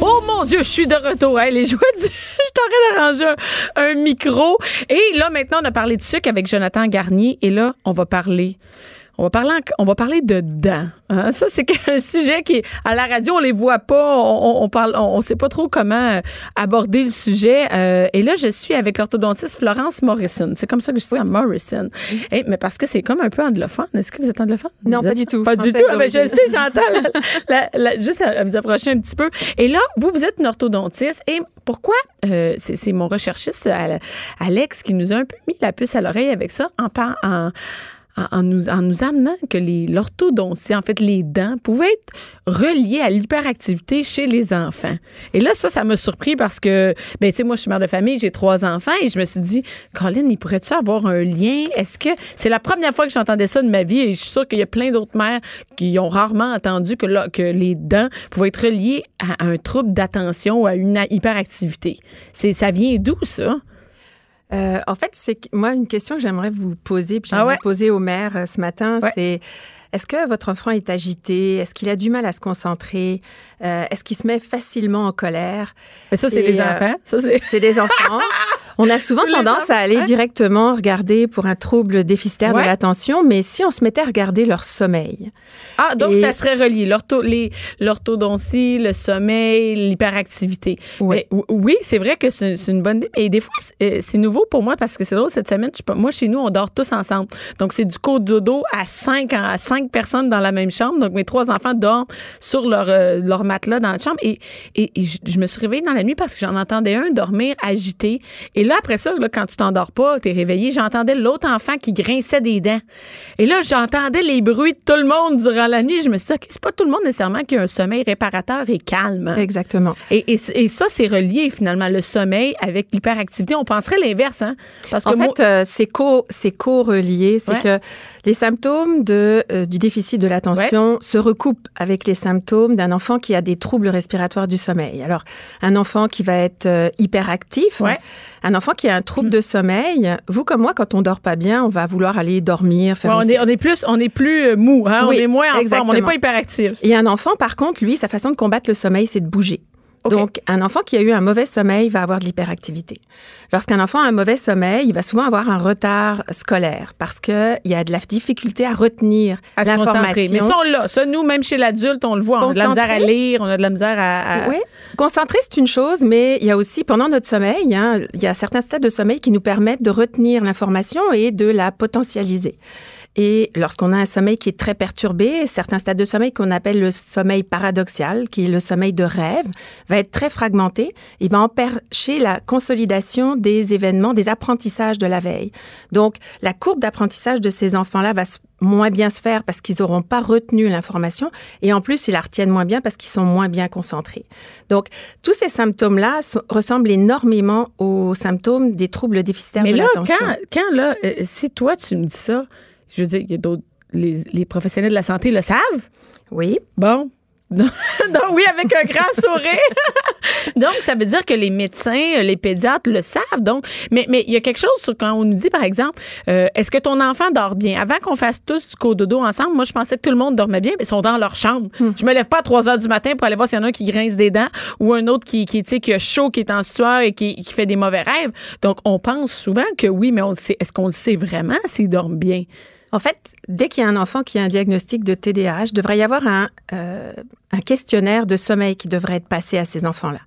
Oh mon Dieu, je suis de retour. Hey, les joies du... Je t'aurais d'arranger un, un micro. Et là, maintenant, on a parlé de sucre avec Jonathan Garnier. Et là, on va parler... On va parler, en- on va parler de dents. hein. Ça, c'est un sujet qui, à la radio, on les voit pas, on, on- on parle, on, on sait pas trop comment euh, aborder le sujet. Euh, et là, je suis avec l'orthodontiste Florence Morrison. C'est comme ça que je dis ça, Morrison. Eh, mais parce que c'est comme un peu anglophone. Est-ce que vous êtes anglophone? Non, Vous pas êtes- du tout. Pas du tout. Française Ah, ben, je le d'origine. sais, j'entends la- la- la- juste à, à vous approcher un petit peu. Et là, vous, vous êtes une orthodontiste. Et pourquoi, euh, c'est c'est mon recherchiste Al- Alex qui nous a un peu mis la puce à l'oreille avec ça en, par- en, en- en nous, en nous amenant que les- l'orthodontie, en fait, les dents, pouvaient être reliées à l'hyperactivité chez les enfants. Et là, ça, ça m'a surpris parce que, ben, tu sais, moi, je suis mère de famille, j'ai trois enfants et je me suis dit, Colin, il pourrait-tu avoir un lien? Est-ce que c'est la première fois que j'entendais ça de ma vie et je suis sûre qu'il y a plein d'autres mères qui ont rarement entendu que, là, que les dents pouvaient être reliées à un trouble d'attention ou à une hyperactivité. C'est, ça vient d'où, ça? Euh, en fait, c'est que- moi une question que j'aimerais vous poser, puis Ah j'aimerais ouais? poser au maire euh, ce matin, Ouais. c'est est-ce que votre enfant est agité Est-ce qu'il a du mal à se concentrer Euh, Est-ce qu'il se met facilement en colère Mais ça, c'est Et, les euh, enfants. Ça, c'est. C'est des enfants. On a souvent tendance à aller directement regarder pour un trouble déficitaire Ouais. de l'attention, mais si on se mettait à regarder leur sommeil. Ah, donc Et- ça serait relié. L'ortho- les- L'orthodontie, le sommeil, l'hyperactivité. Ouais. Mais ou- oui, c'est vrai que c'est c'est une bonne idée. Et des fois, c'est- euh, c'est nouveau pour moi parce que c'est drôle, cette semaine, je sais pas- moi, chez nous, on dort tous ensemble. Donc, c'est du co-dodo à cinq, en- à cinq personnes dans la même chambre. Donc, mes trois enfants dorment sur leur, euh, leur matelas dans la chambre. Et, et, et je je me suis réveillée dans la nuit parce que j'en entendais un dormir agité. Et là, après ça, là, quand tu t'endors pas, t'es réveillé, j'entendais l'autre enfant qui grinçait des dents. Et là, j'entendais les bruits de tout le monde durant la nuit. Je me suis dit, OK, c'est pas tout le monde nécessairement qui a un sommeil réparateur et calme. Exactement. Et, et- et ça, c'est relié finalement, le sommeil avec l'hyperactivité. On penserait l'inverse, hein? Parce que En moi- fait, euh, c'est co- c'est co-relié. C'est Ouais. que les symptômes de, euh, du déficit de l'attention se recoupent avec les symptômes d'un enfant qui a des troubles respiratoires du sommeil. Alors, un enfant qui va être euh, hyperactif, Ouais. Mm. un enfant qui a un trouble de sommeil, vous comme moi, quand on dort pas bien, on va vouloir aller dormir, faire Ouais, une on, est, on est plus, on est plus euh, mou, hein? Oui, on est moins en forme, on n'est exactement. pas hyperactif. Et un enfant, par contre, lui, sa façon de combattre le sommeil, c'est de bouger. Ok. Donc, un enfant qui a eu un mauvais sommeil va avoir de l'hyperactivité. Lorsqu'un enfant a un mauvais sommeil, il va souvent avoir un retard scolaire parce qu'il y a de la difficulté à retenir À se concentrer. l'information. Mais ça, on l'a. Ça, nous, même chez l'adulte, on le voit. On a de la Concentré. misère à lire, on a de la misère à. à- Oui. Concentrer, c'est une chose, mais il y a aussi, pendant notre sommeil, hein, il y a certains stades de sommeil qui nous permettent de retenir l'information et de la potentialiser. Et lorsqu'on a un sommeil qui est très perturbé, certains stades de sommeil qu'on appelle le sommeil paradoxal, qui est le sommeil de rêve, va être très fragmenté et va empêcher la consolidation des événements, des apprentissages de la veille. Donc, la courbe d'apprentissage de ces enfants-là va se- moins bien se faire parce qu'ils n'auront pas retenu l'information et en plus, ils la retiennent moins bien parce qu'ils sont moins bien concentrés. Donc, tous ces symptômes-là so- ressemblent énormément aux symptômes des troubles déficitaires Mais de là, l'attention. quand, quand là, euh, si toi, tu me dis ça, je veux dire, il y a d'autres. Les, les professionnels de la santé le savent. Oui. Bon. Non, Ah non, oui, avec un grand sourire. donc, ça veut dire que les médecins, euh, les pédiatres le savent. Donc, mais mais il y a quelque chose sur quand on nous dit, par exemple, euh, est-ce que ton enfant dort bien Avant qu'on fasse tous du cododo ensemble, moi, je pensais que tout le monde dormait bien, mais ils sont dans leur chambre. Je me lève pas à 3 heures du matin pour aller voir s'il y en a un qui grince des dents ou un autre qui qui tu sais, qui a chaud, qui est en sueur et qui, qui fait des mauvais rêves. Donc, on pense souvent que oui, mais on le sait. Est-ce qu'on le sait vraiment s'ils dorment bien En fait, dès qu'il y a un enfant qui a un diagnostic de TDAH, devrait y avoir un, euh, un questionnaire de sommeil qui devrait être passé à ces enfants-là.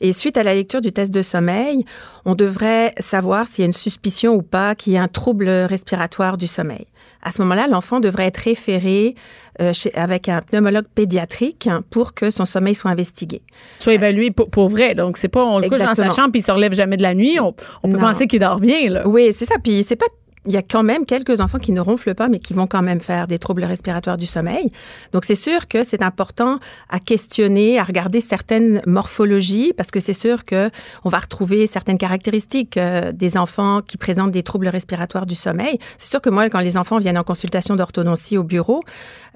Et suite à la lecture du test de sommeil, on devrait savoir s'il y a une suspicion ou pas qu'il y a un trouble respiratoire du sommeil. À ce moment-là, l'enfant devrait être référé euh, chez- avec un pneumologue pédiatrique hein, pour que son sommeil soit investigué. soit évalué pour, pour vrai. Donc, c'est pas on le couche dans sa Exactement. chambre puis il se relève jamais de la nuit. On, on peut Non. penser qu'il dort bien, là. Euh, Oui, c'est ça. Puis c'est pas. Il y a quand même quelques enfants qui ne ronflent pas, mais qui vont quand même faire des troubles respiratoires du sommeil. Donc c'est sûr que c'est important à questionner, à regarder certaines morphologies, parce que c'est sûr que on va retrouver certaines caractéristiques euh, des enfants qui présentent des troubles respiratoires du sommeil. C'est sûr que moi, quand les enfants viennent en consultation d'orthodontie au bureau,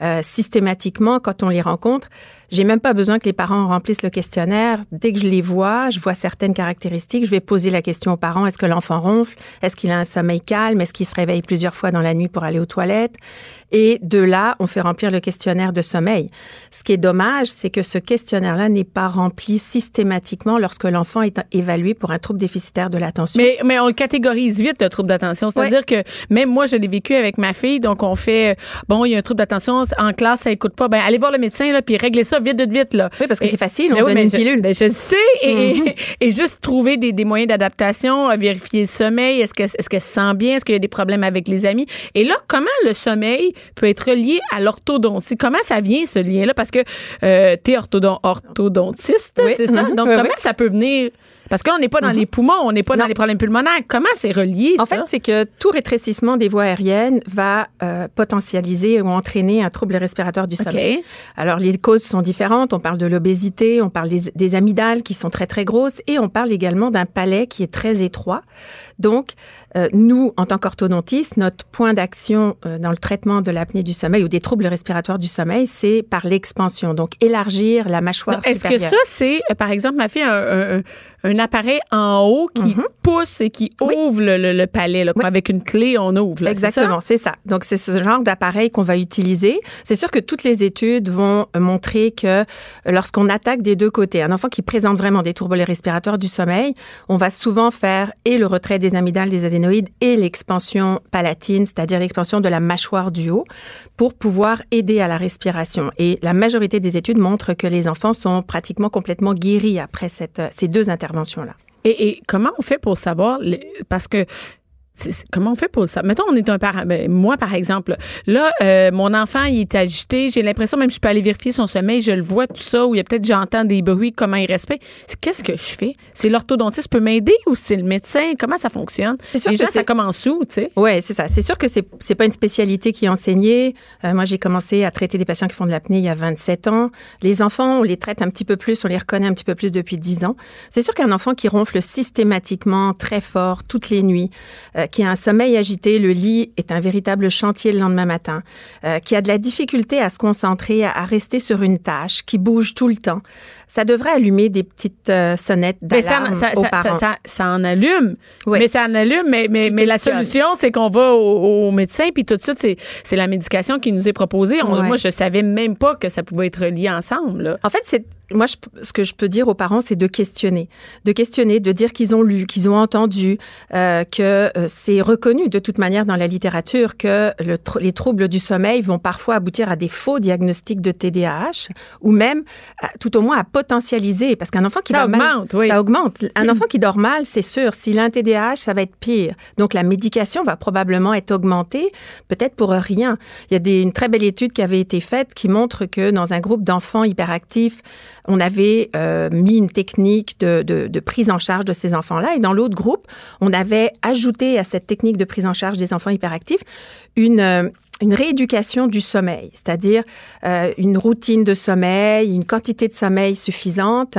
euh, systématiquement, quand on les rencontre, j'ai même pas besoin que les parents remplissent le questionnaire. Dès que je les vois, je vois certaines caractéristiques. Je vais poser la question aux parents. Est-ce que l'enfant ronfle? Est-ce qu'il a un sommeil calme? Est-ce qu'il se réveille plusieurs fois dans la nuit pour aller aux toilettes? Et de là, on fait remplir le questionnaire de sommeil. Ce qui est dommage, c'est que ce questionnaire-là n'est pas rempli systématiquement lorsque l'enfant est évalué pour un trouble déficitaire de l'attention. Mais, mais on le catégorise vite, le trouble d'attention. C'est-à-dire que même moi, je l'ai vécu avec ma fille. Donc, on fait, euh, bon, il y a un trouble d'attention. En classe, ça écoute pas. Ben, allez voir le médecin, là, puis réglez ça vite, vite, vite, là. Oui, parce que Et- c'est facile, on Ben oui, donne mais une je- pilule. Mhm. ben, je le sais. Et, et juste trouver des, des moyens d'adaptation, euh, vérifier le sommeil. Est-ce que, est-ce qu'elle se sent bien? Est-ce qu'il y a des problèmes avec les amis? Et là, comment le sommeil peut être relié à l'orthodontie? Comment ça vient, ce lien-là? Parce que, euh, t'es orthodon- orthodontiste, Oui. c'est ça? Mhm. Donc, Oui, comment oui. Mhm. ça peut venir? Parce que là, on n'est pas dans les poumons, on n'est pas dans les problèmes pulmonaires. Comment c'est relié, En ça? fait, c'est que tout rétrécissement des voies aériennes va euh, potentialiser ou entraîner un trouble respiratoire du OK. sommeil. Alors, les causes sont différentes. On parle de l'obésité, on parle des, des amygdales qui sont très, très grosses et on parle également d'un palais qui est très étroit. Donc, euh, nous, en tant qu'orthodontistes, notre point d'action euh, dans le traitement de l'apnée du sommeil ou des troubles respiratoires du sommeil, c'est par l'expansion. Donc, élargir la mâchoire Est-ce que supérieure. ça, c'est, euh, par exemple, ma fille a un, un- un un appareil en haut qui pousse et qui ouvre le, le- le palais. là, comme Mhm. Oui. Avec une clé, on ouvre. là, c'est ça? Exactement, c'est ça. Donc c'est ce genre d'appareil qu'on va utiliser. C'est sûr que toutes les études vont euh, montrer que lorsqu'on attaque des deux côtés, un enfant qui présente vraiment des troubles respirateurs du sommeil, on va souvent faire et le retrait des amygdales, des adénoïdes et l'expansion palatine, c'est-à-dire l'expansion de la mâchoire du haut, pour pouvoir aider à la respiration. Et la majorité des études montrent que les enfants sont pratiquement complètement guéris après cette- euh, ces deux interventions-là. Et, et comment on fait pour savoir le- parce que c'est- c'est- Comment on fait pour ça? Mettons, on est un parent. ben, moi, par exemple, là, euh, mon enfant, il est agité. J'ai l'impression, même, je peux aller vérifier son sommeil, je le vois, tout ça, ou il y a peut-être, j'entends des bruits, comment il respecte. C'est- Qu'est-ce que je fais? C'est l'orthodontiste peut m'aider ou c'est le médecin? Comment ça fonctionne? C'est sûr Les que gens, ça c'est- commence où, tu sais? Ouais, c'est ça. C'est sûr que c'est c'est pas une spécialité qui est enseignée. Euh, moi, j'ai commencé à traiter des patients qui font de l'apnée il y a 27 ans. Les enfants, on les traite un petit peu plus, on les reconnaît un petit peu plus depuis 10 ans. C'est sûr qu'un enfant qui ronfle systématiquement très fort toutes les nuits, euh, qui a un sommeil agité, le lit est un véritable chantier le lendemain matin, euh, qui a de la difficulté à se concentrer, à, à rester sur une tâche, qui bouge tout le temps, ça devrait allumer des petites euh, sonnettes Mais ça, d'alarme ça, aux ça- parents. ça- ça- ça en allume. Oui. Mais ça en allume. Mais, mais, Qui mais la questionne. solution, c'est qu'on va au, au médecin, puis tout de suite, c'est- c'est la médication qui nous est proposée. On- Ouais. Moi, je savais même pas que ça pouvait être lié ensemble. là. En fait, c'est moi, je, ce que je peux dire aux parents, c'est de questionner, de questionner, de dire qu'ils ont lu, qu'ils ont entendu, euh, que euh, c'est reconnu de toute manière dans la littérature que le tr- les troubles du sommeil vont parfois aboutir à des faux diagnostics de TDAH ou même, à- tout au moins, à potentialiser, parce qu'un enfant qui Ça va mal- augmente, oui. Mm. ça augmente. Un enfant qui dort mal, c'est sûr, s'il a un TDAH, ça va être pire. Donc la médication va probablement être augmentée, peut-être pour rien. Il y a des- une très belle étude qui avait été faite qui montre que dans un groupe d'enfants hyperactifs, on avait euh, mis une technique de, de- de prise en charge de ces enfants-là, et dans l'autre groupe, on avait ajouté à cette technique de prise en charge des enfants hyperactifs une euh, une rééducation du sommeil, c'est-à-dire euh, une routine de sommeil, une quantité de sommeil suffisante.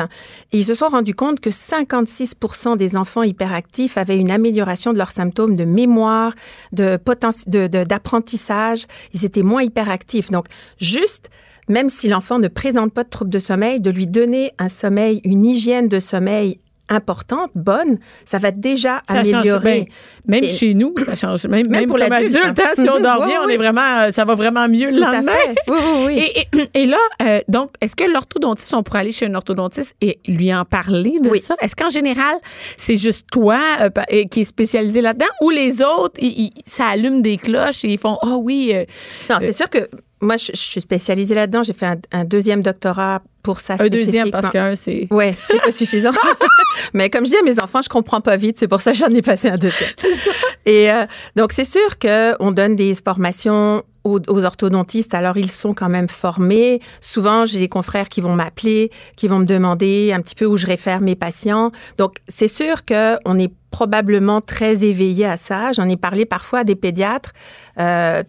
Et ils se sont rendus compte que 56% des enfants hyperactifs avaient une amélioration de leurs symptômes de mémoire, de poten- de- de- d'apprentissage. ils étaient moins hyperactifs. Donc, juste, même si l'enfant ne présente pas de troubles de sommeil, de lui donner un sommeil, une hygiène de sommeil importante, bonne, ça va déjà Ça change bien. améliorer. Même Et- chez nous, ça change. Même, même, pour comme l'adulte, adulte, hein. hein, si on Mhm, dort oui, bien, on oui. est vraiment, euh, ça va vraiment mieux le Tout à lendemain. fait. Oui, oui, oui. Et, et- et là, euh, donc, est-ce que l'orthodontiste, on pourrait aller chez un orthodontiste et lui en parler de Oui. ça? Est-ce qu'en général, c'est juste toi euh, pa- euh, qui est spécialisé là-dedans ou les autres, ils- ils- ça allume des cloches et ils font, oh oui, euh, Non, c'est sûr que moi, je, je suis spécialisée là-dedans. J'ai fait un, un deuxième doctorat pour ça. un deuxième parce qu'un, c'est. Ouais, c'est pas suffisant. Mais comme je dis à mes enfants, je comprends pas vite. C'est pour ça que j'en ai passé un deuxième. Et euh, donc, c'est sûr que on donne des formations aux, aux orthodontistes. Alors, ils sont quand même formés. Souvent, j'ai des confrères qui vont m'appeler, qui vont me demander un petit peu où je réfère mes patients. Donc, c'est sûr que on est probablement très éveillé à ça. J'en ai parlé parfois à des pédiatres. euh,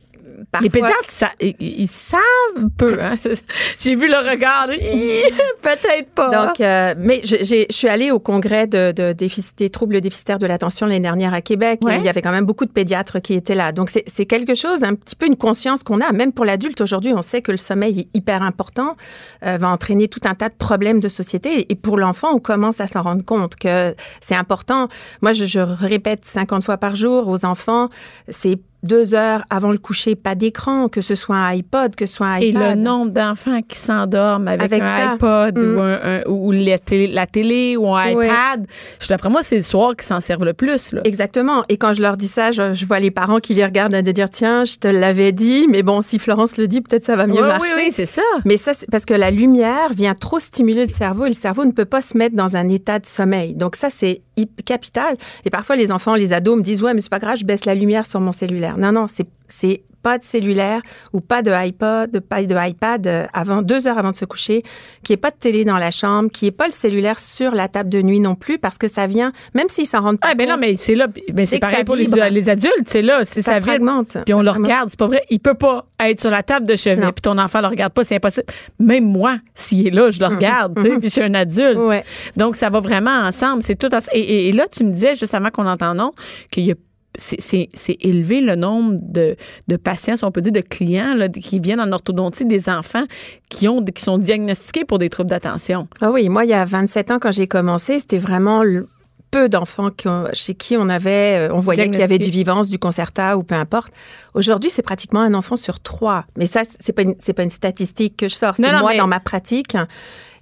Les parfois- pédiatres, ça- ils, ils savent peu. Hein? J'ai vu le regard. de, Hi, Peut-être pas. Donc, euh, mais je, j'ai- je suis allée au congrès de, de défici- des troubles déficitaires de l'attention l'année dernière à Québec. Ouais. Et il y avait quand même beaucoup de pédiatres qui étaient là. Donc, c'est c'est quelque chose, un petit peu une conscience qu'on a. Même pour l'adulte aujourd'hui, on sait que le sommeil est hyper important, euh, va entraîner tout un tas de problèmes de société. Et pour l'enfant, on commence à s'en rendre compte que c'est important. Moi, je, je répète 50 fois par jour aux enfants, c'est deux heures avant le coucher, pas d'écran, que ce soit un iPod, que ce soit un Et iPad. le nombre d'enfants qui s'endorment avec, Avec un ça. iPod Mm. ou, un- un- ou la, télé, la télé ou un Ouais. iPad, je d'après moi, c'est le soir qui s'en servent le plus. Là. Exactement. Et quand je leur dis ça, je, je vois les parents qui les regardent et de dire tiens, je te l'avais dit, mais bon, si Florence le dit, peut-être ça va mieux Ouais, oui, marcher. oui, c'est ça. Mais ça, c'est parce que la lumière vient trop stimuler le cerveau et le cerveau ne peut pas se mettre dans un état de sommeil. Donc ça, c'est hip- capital. Et parfois, les enfants, les ados me disent, ouais, mais c'est pas grave, je baisse la lumière sur mon cellulaire. Non, non, c'est, c'est pas de cellulaire ou pas de iPod, pas de iPad euh, avant deux heures avant de se coucher, qu'il n'y ait pas de télé dans la chambre, qu'il n'y ait pas le cellulaire sur la table de nuit non plus, parce que ça vient, même s'ils s'en rendent pas Ah, ben non, compte, mais c'est là. puis- Ben c'est C'est que pareil ça pour les, vibre. les adultes, c'est là. C'est ça, ça, vibre. fragmente. Puis on Ça le fragmente. regarde, c'est pas vrai. Il peut pas être sur la table de chevet, Non. puis ton enfant le regarde pas, c'est impossible. Même moi, s'il est là, je le Mm-hmm. regarde, tu sais, puis je suis un adulte. Ouais. Donc, ça va vraiment ensemble. C'est tout. en- Et, et- et là, tu me disais, juste avant qu'on entend non, qu'il y a c'est- c'est c'est élevé le nombre de, de patients, si on peut dire, de clients là, qui viennent en orthodontie, des enfants qui, ont, qui sont diagnostiqués pour des troubles d'attention. Ah oui, moi, il y a 27 ans, quand j'ai commencé, c'était vraiment le- peu d'enfants qui ont- chez qui on avait, euh, on voyait qu'il y avait du Diagnostic. vivance, du concerta ou peu importe. Aujourd'hui, c'est pratiquement un enfant sur trois. Mais ça, c'est pas une, c'est pas une statistique que je sors. C'est Non, non, moi mais- dans ma pratique.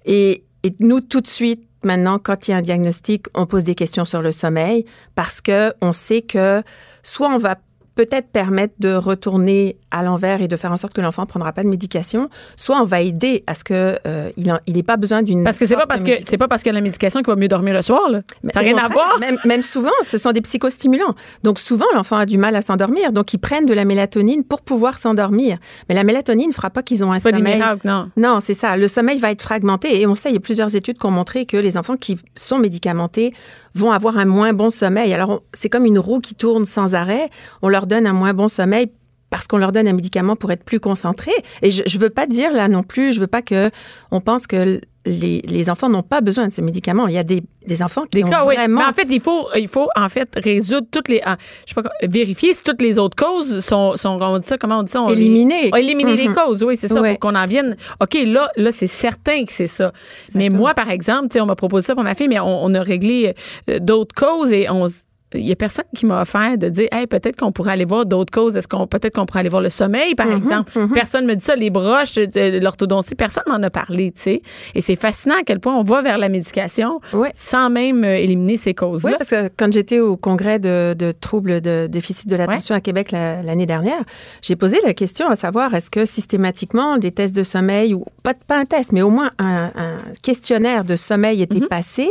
Et, et nous, tout de suite, maintenant, quand il y a un diagnostic, on pose des questions sur le sommeil parce que on sait que soit on va peut-être permettre de retourner à l'envers et de faire en sorte que l'enfant ne prendra pas de médication, soit on va aider à ce que euh, il n'ait il ait pas besoin d'une Parce que c'est pas forte parce que c'est pas parce que la médication qu'il va mieux dormir le soir. Là. mais Ça n'a au rien à contraire, voir. Même, même souvent, ce sont des psychostimulants. Donc souvent, l'enfant a du mal à s'endormir. Donc ils prennent de la mélatonine pour pouvoir s'endormir. Mais la mélatonine ne fera pas qu'ils ont un C'est pas des sommeil. miracles, non. Non, c'est ça. Le sommeil va être fragmenté. Et on sait, il y a plusieurs études qui ont montré que les enfants qui sont médicamentés vont avoir un moins bon sommeil. Alors on- c'est comme une roue qui tourne sans arrêt. On leur donne un moins bon sommeil parce qu'on leur donne un médicament pour être plus concentrés. Et je ne veux pas dire là non plus, je veux pas que on pense que les, les enfants n'ont pas besoin de ce médicament. Il y a des, des enfants qui Des ont cas, oui. vraiment Mais en fait, il faut, il faut en fait résoudre toutes les, ah, je sais pas, comment- vérifier si toutes les autres causes sont, sont on dit ça, comment on dit ça, on les- Éliminer. Ah, éliminer les causes, oui, c'est ça, Mhm. Ouais. pour qu'on en vienne. Ok, là, là, c'est certain que c'est ça. Mais moi, par exemple, tu sais, on m'a proposé ça pour ma fille, mais on, on a réglé euh, d'autres causes et on. s- Il y a personne qui m'a offert de dire, hey, peut-être qu'on pourrait aller voir d'autres causes. Est-ce qu'on, peut-être qu'on pourrait aller voir le sommeil, par Mhm, exemple. Personne me dit ça. Les broches, euh, l'orthodontie, personne m'en a parlé, tu sais. Et c'est fascinant à quel point on va vers la médication Ouais. sans même euh, éliminer ces Oui, causes-là. parce que quand j'étais au congrès de, de troubles de déficit de l'attention à Québec la- l'année dernière, j'ai posé la question à savoir est-ce que systématiquement des tests de sommeil, ou pas, pas un test, mais au moins un, un questionnaire de sommeil était Mm-hmm. passé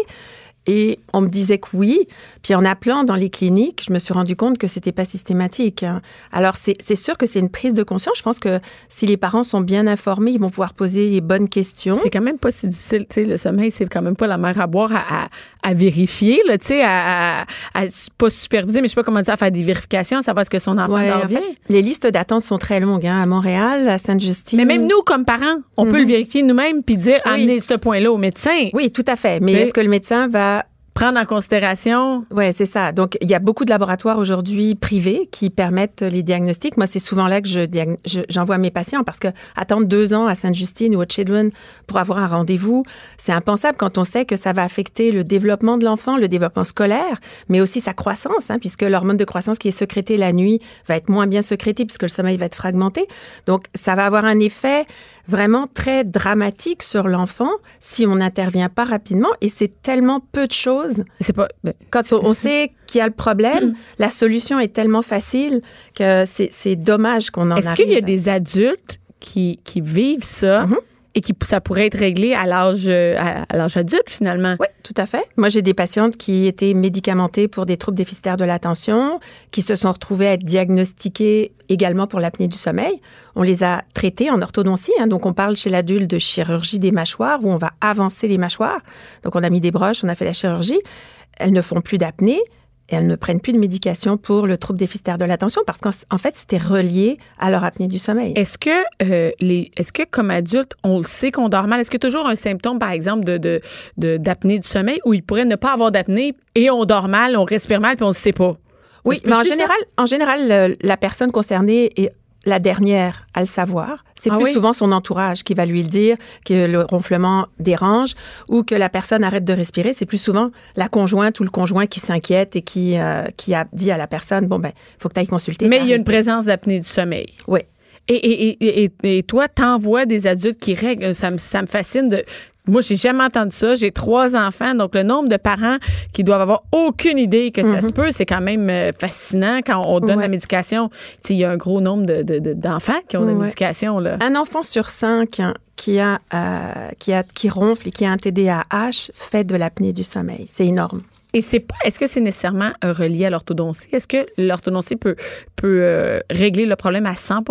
et on me disait que oui. Puis en appelant dans les cliniques, je me suis rendu compte que c'était pas systématique. hein. Alors c'est c'est sûr que c'est une prise de conscience. Je pense que si les parents sont bien informés, ils vont pouvoir poser les bonnes questions. C'est quand même pas si difficile, tu sais, le sommeil, c'est quand même pas la mer à boire à, à, à vérifier, là, tu sais, à, à, à s- pas superviser, mais je sais pas comment dire, à faire des vérifications, à savoir ce que son enfant Ouais, dort en bien. fait, les listes d'attente sont très longues hein, à Montréal, à Sainte-Justine. Mais même nous, comme parents, on peut le vérifier nous-mêmes puis dire, mm. Mm-hmm. Oui. amenez ce point-là au médecin, Oui, tout à fait. Mais Mais- est-ce que le médecin va... prendre en considération. Oui, c'est ça. Donc, il y a beaucoup de laboratoires aujourd'hui privés qui permettent les diagnostics. Moi, c'est souvent là que je diag- je- j'envoie mes patients parce que attendre deux ans à Sainte-Justine ou à Children pour avoir un rendez-vous, c'est impensable quand on sait que ça va affecter le développement de l'enfant, le développement scolaire, mais aussi sa croissance, hein, puisque l'hormone de croissance qui est sécrétée la nuit va être moins bien sécrétée puisque le sommeil va être fragmenté. Donc, ça va avoir un effet vraiment très dramatique sur l'enfant si on n'intervient pas rapidement et c'est tellement peu de choses C'est pas. ben, quand on, on sait qu'il y a le Mm. problème, la solution est tellement facile que c'est c'est dommage qu'on en Est-ce arrive. qu'il y a des adultes qui, qui vivent ça et qui ça pourrait être réglé à l'âge euh, à, à l'âge adulte finalement? Oui, tout à fait. Moi, j'ai des patientes qui étaient médicamentées pour des troubles déficitaires de l'attention, qui se sont retrouvées à être diagnostiquées également pour l'apnée du sommeil. On les a traitées en orthodontie. hein. donc, on parle chez l'adulte de chirurgie des mâchoires, où on va avancer les mâchoires. Donc, on a mis des broches, on a fait la chirurgie. Elles ne font plus d'apnée. Et elles ne prennent plus de médication pour le trouble déficitaire de l'attention parce qu'en en fait, c'était relié à leur apnée du sommeil. Est-ce que euh, les est-ce que comme adulte, on le sait qu'on dort mal? Est-ce que toujours un symptôme, par exemple, de, de, de- d'apnée du sommeil où il pourrait ne pas avoir d'apnée et on dort mal, on respire mal puis on ne sait pas? Oui, Ça se mais en peut-tu, ça? général, en général, le- la personne concernée est la dernière à le savoir. C'est Ah plus oui? souvent son entourage qui va lui le dire que le ronflement dérange ou que la personne arrête de respirer. C'est plus souvent la conjointe ou le conjoint qui s'inquiète et qui, euh, qui a dit à la personne, bon, ben, faut que tu ailles consulter. Mais il y a une présence d'apnée du sommeil. Oui. Et, et, et, et, et toi, t'envoies des adultes qui règlent. Ça me, ça me fascine de. Moi, j'ai jamais entendu ça. J'ai trois enfants, donc le nombre de parents qui doivent avoir aucune idée que ça se peut, c'est quand même euh, fascinant quand on donne la Mhm. Ouais. médication. Tu sais, il y a un gros nombre de, de- de- d'enfants qui ont la Ouais. médication là. Un enfant sur cinq hein, qui, a, euh, qui, a, qui ronfle et qui a un TDAH fait de l'apnée du sommeil. C'est énorme. Et c'est pas. Est-ce que c'est nécessairement euh, relié à l'orthodontie Est-ce que l'orthodontie peut peut euh, régler le problème à 100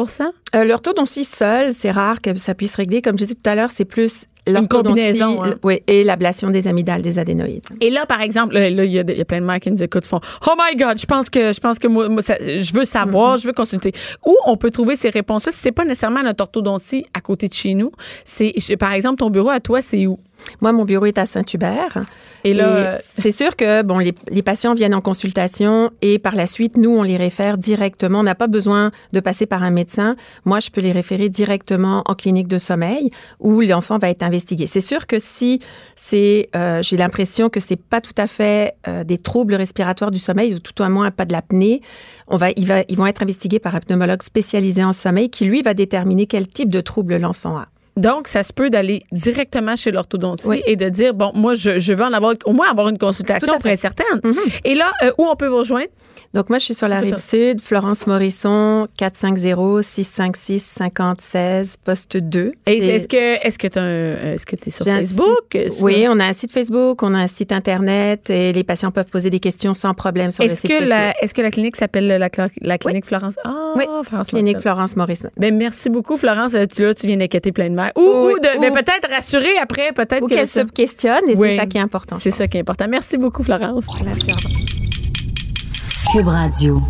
Euh, l'orthodontie seule, c'est rare que ça puisse régler. Comme je disais tout à l'heure, c'est plus l'orthodontie combinaison, hein. l- oui, et l'ablation des amygdales, des adénoïdes. Et là, par exemple, là, là, il y, a de- il y a plein de mères qui nous écoutent, font Oh my God, je pense que je pense que moi, moi, ça- je veux Mm-hmm. savoir, je veux consulter. Où on peut trouver ces réponses-là si c'est pas nécessairement notre orthodontie à côté de chez nous C'est je- par exemple ton bureau à toi, c'est où Moi, mon bureau est à Saint-Hubert. Et là, euh, c'est sûr que bon, les, les patients viennent en consultation et par la suite, nous, on les réfère directement. On n'a pas besoin de passer par un médecin. Moi, je peux les référer directement en clinique de sommeil où l'enfant va être investigué. C'est sûr que si c'est, euh, j'ai l'impression que c'est pas tout à fait euh, des troubles respiratoires du sommeil ou tout au moins pas de l'apnée, on va, il va, ils vont être investigués par un pneumologue spécialisé en sommeil qui lui va déterminer quel type de trouble l'enfant a. Donc, ça se peut d'aller directement chez l'orthodontiste Oui. et de dire, bon, moi, je, je veux en avoir, au moins avoir une consultation Tout à pour fait. Mm-hmm. être certaine. Et là, euh, où on peut vous rejoindre? Donc moi, je suis sur la rive euh, sud, Florence Morisson, 450-656-5016, poste 2. Et C'est- est-ce que, est-ce que t'as un- est-ce que t'es sur J'ai un Facebook? site- Sur- Oui, on a un site Facebook, on a un site Internet et les patients peuvent poser des questions sans problème sur le Est-ce site que, Facebook. la, est-ce que la clinique s'appelle la, cla- la clinique Florence? Ah, Oui. Florence Clinique Martel. Florence Morisson. Ben, merci beaucoup, Florence. Euh, Tu, là, tu viens d'inquiéter plein de mères. Ou, Oui, ou de, ou- mais peut-être rassurer après, peut-être Ou que qu'elle se ça- questionne et Oui. c'est ça qui est important. C'est ça qui est important. Merci beaucoup, Florence. Merci, au revoir. Cube Radio.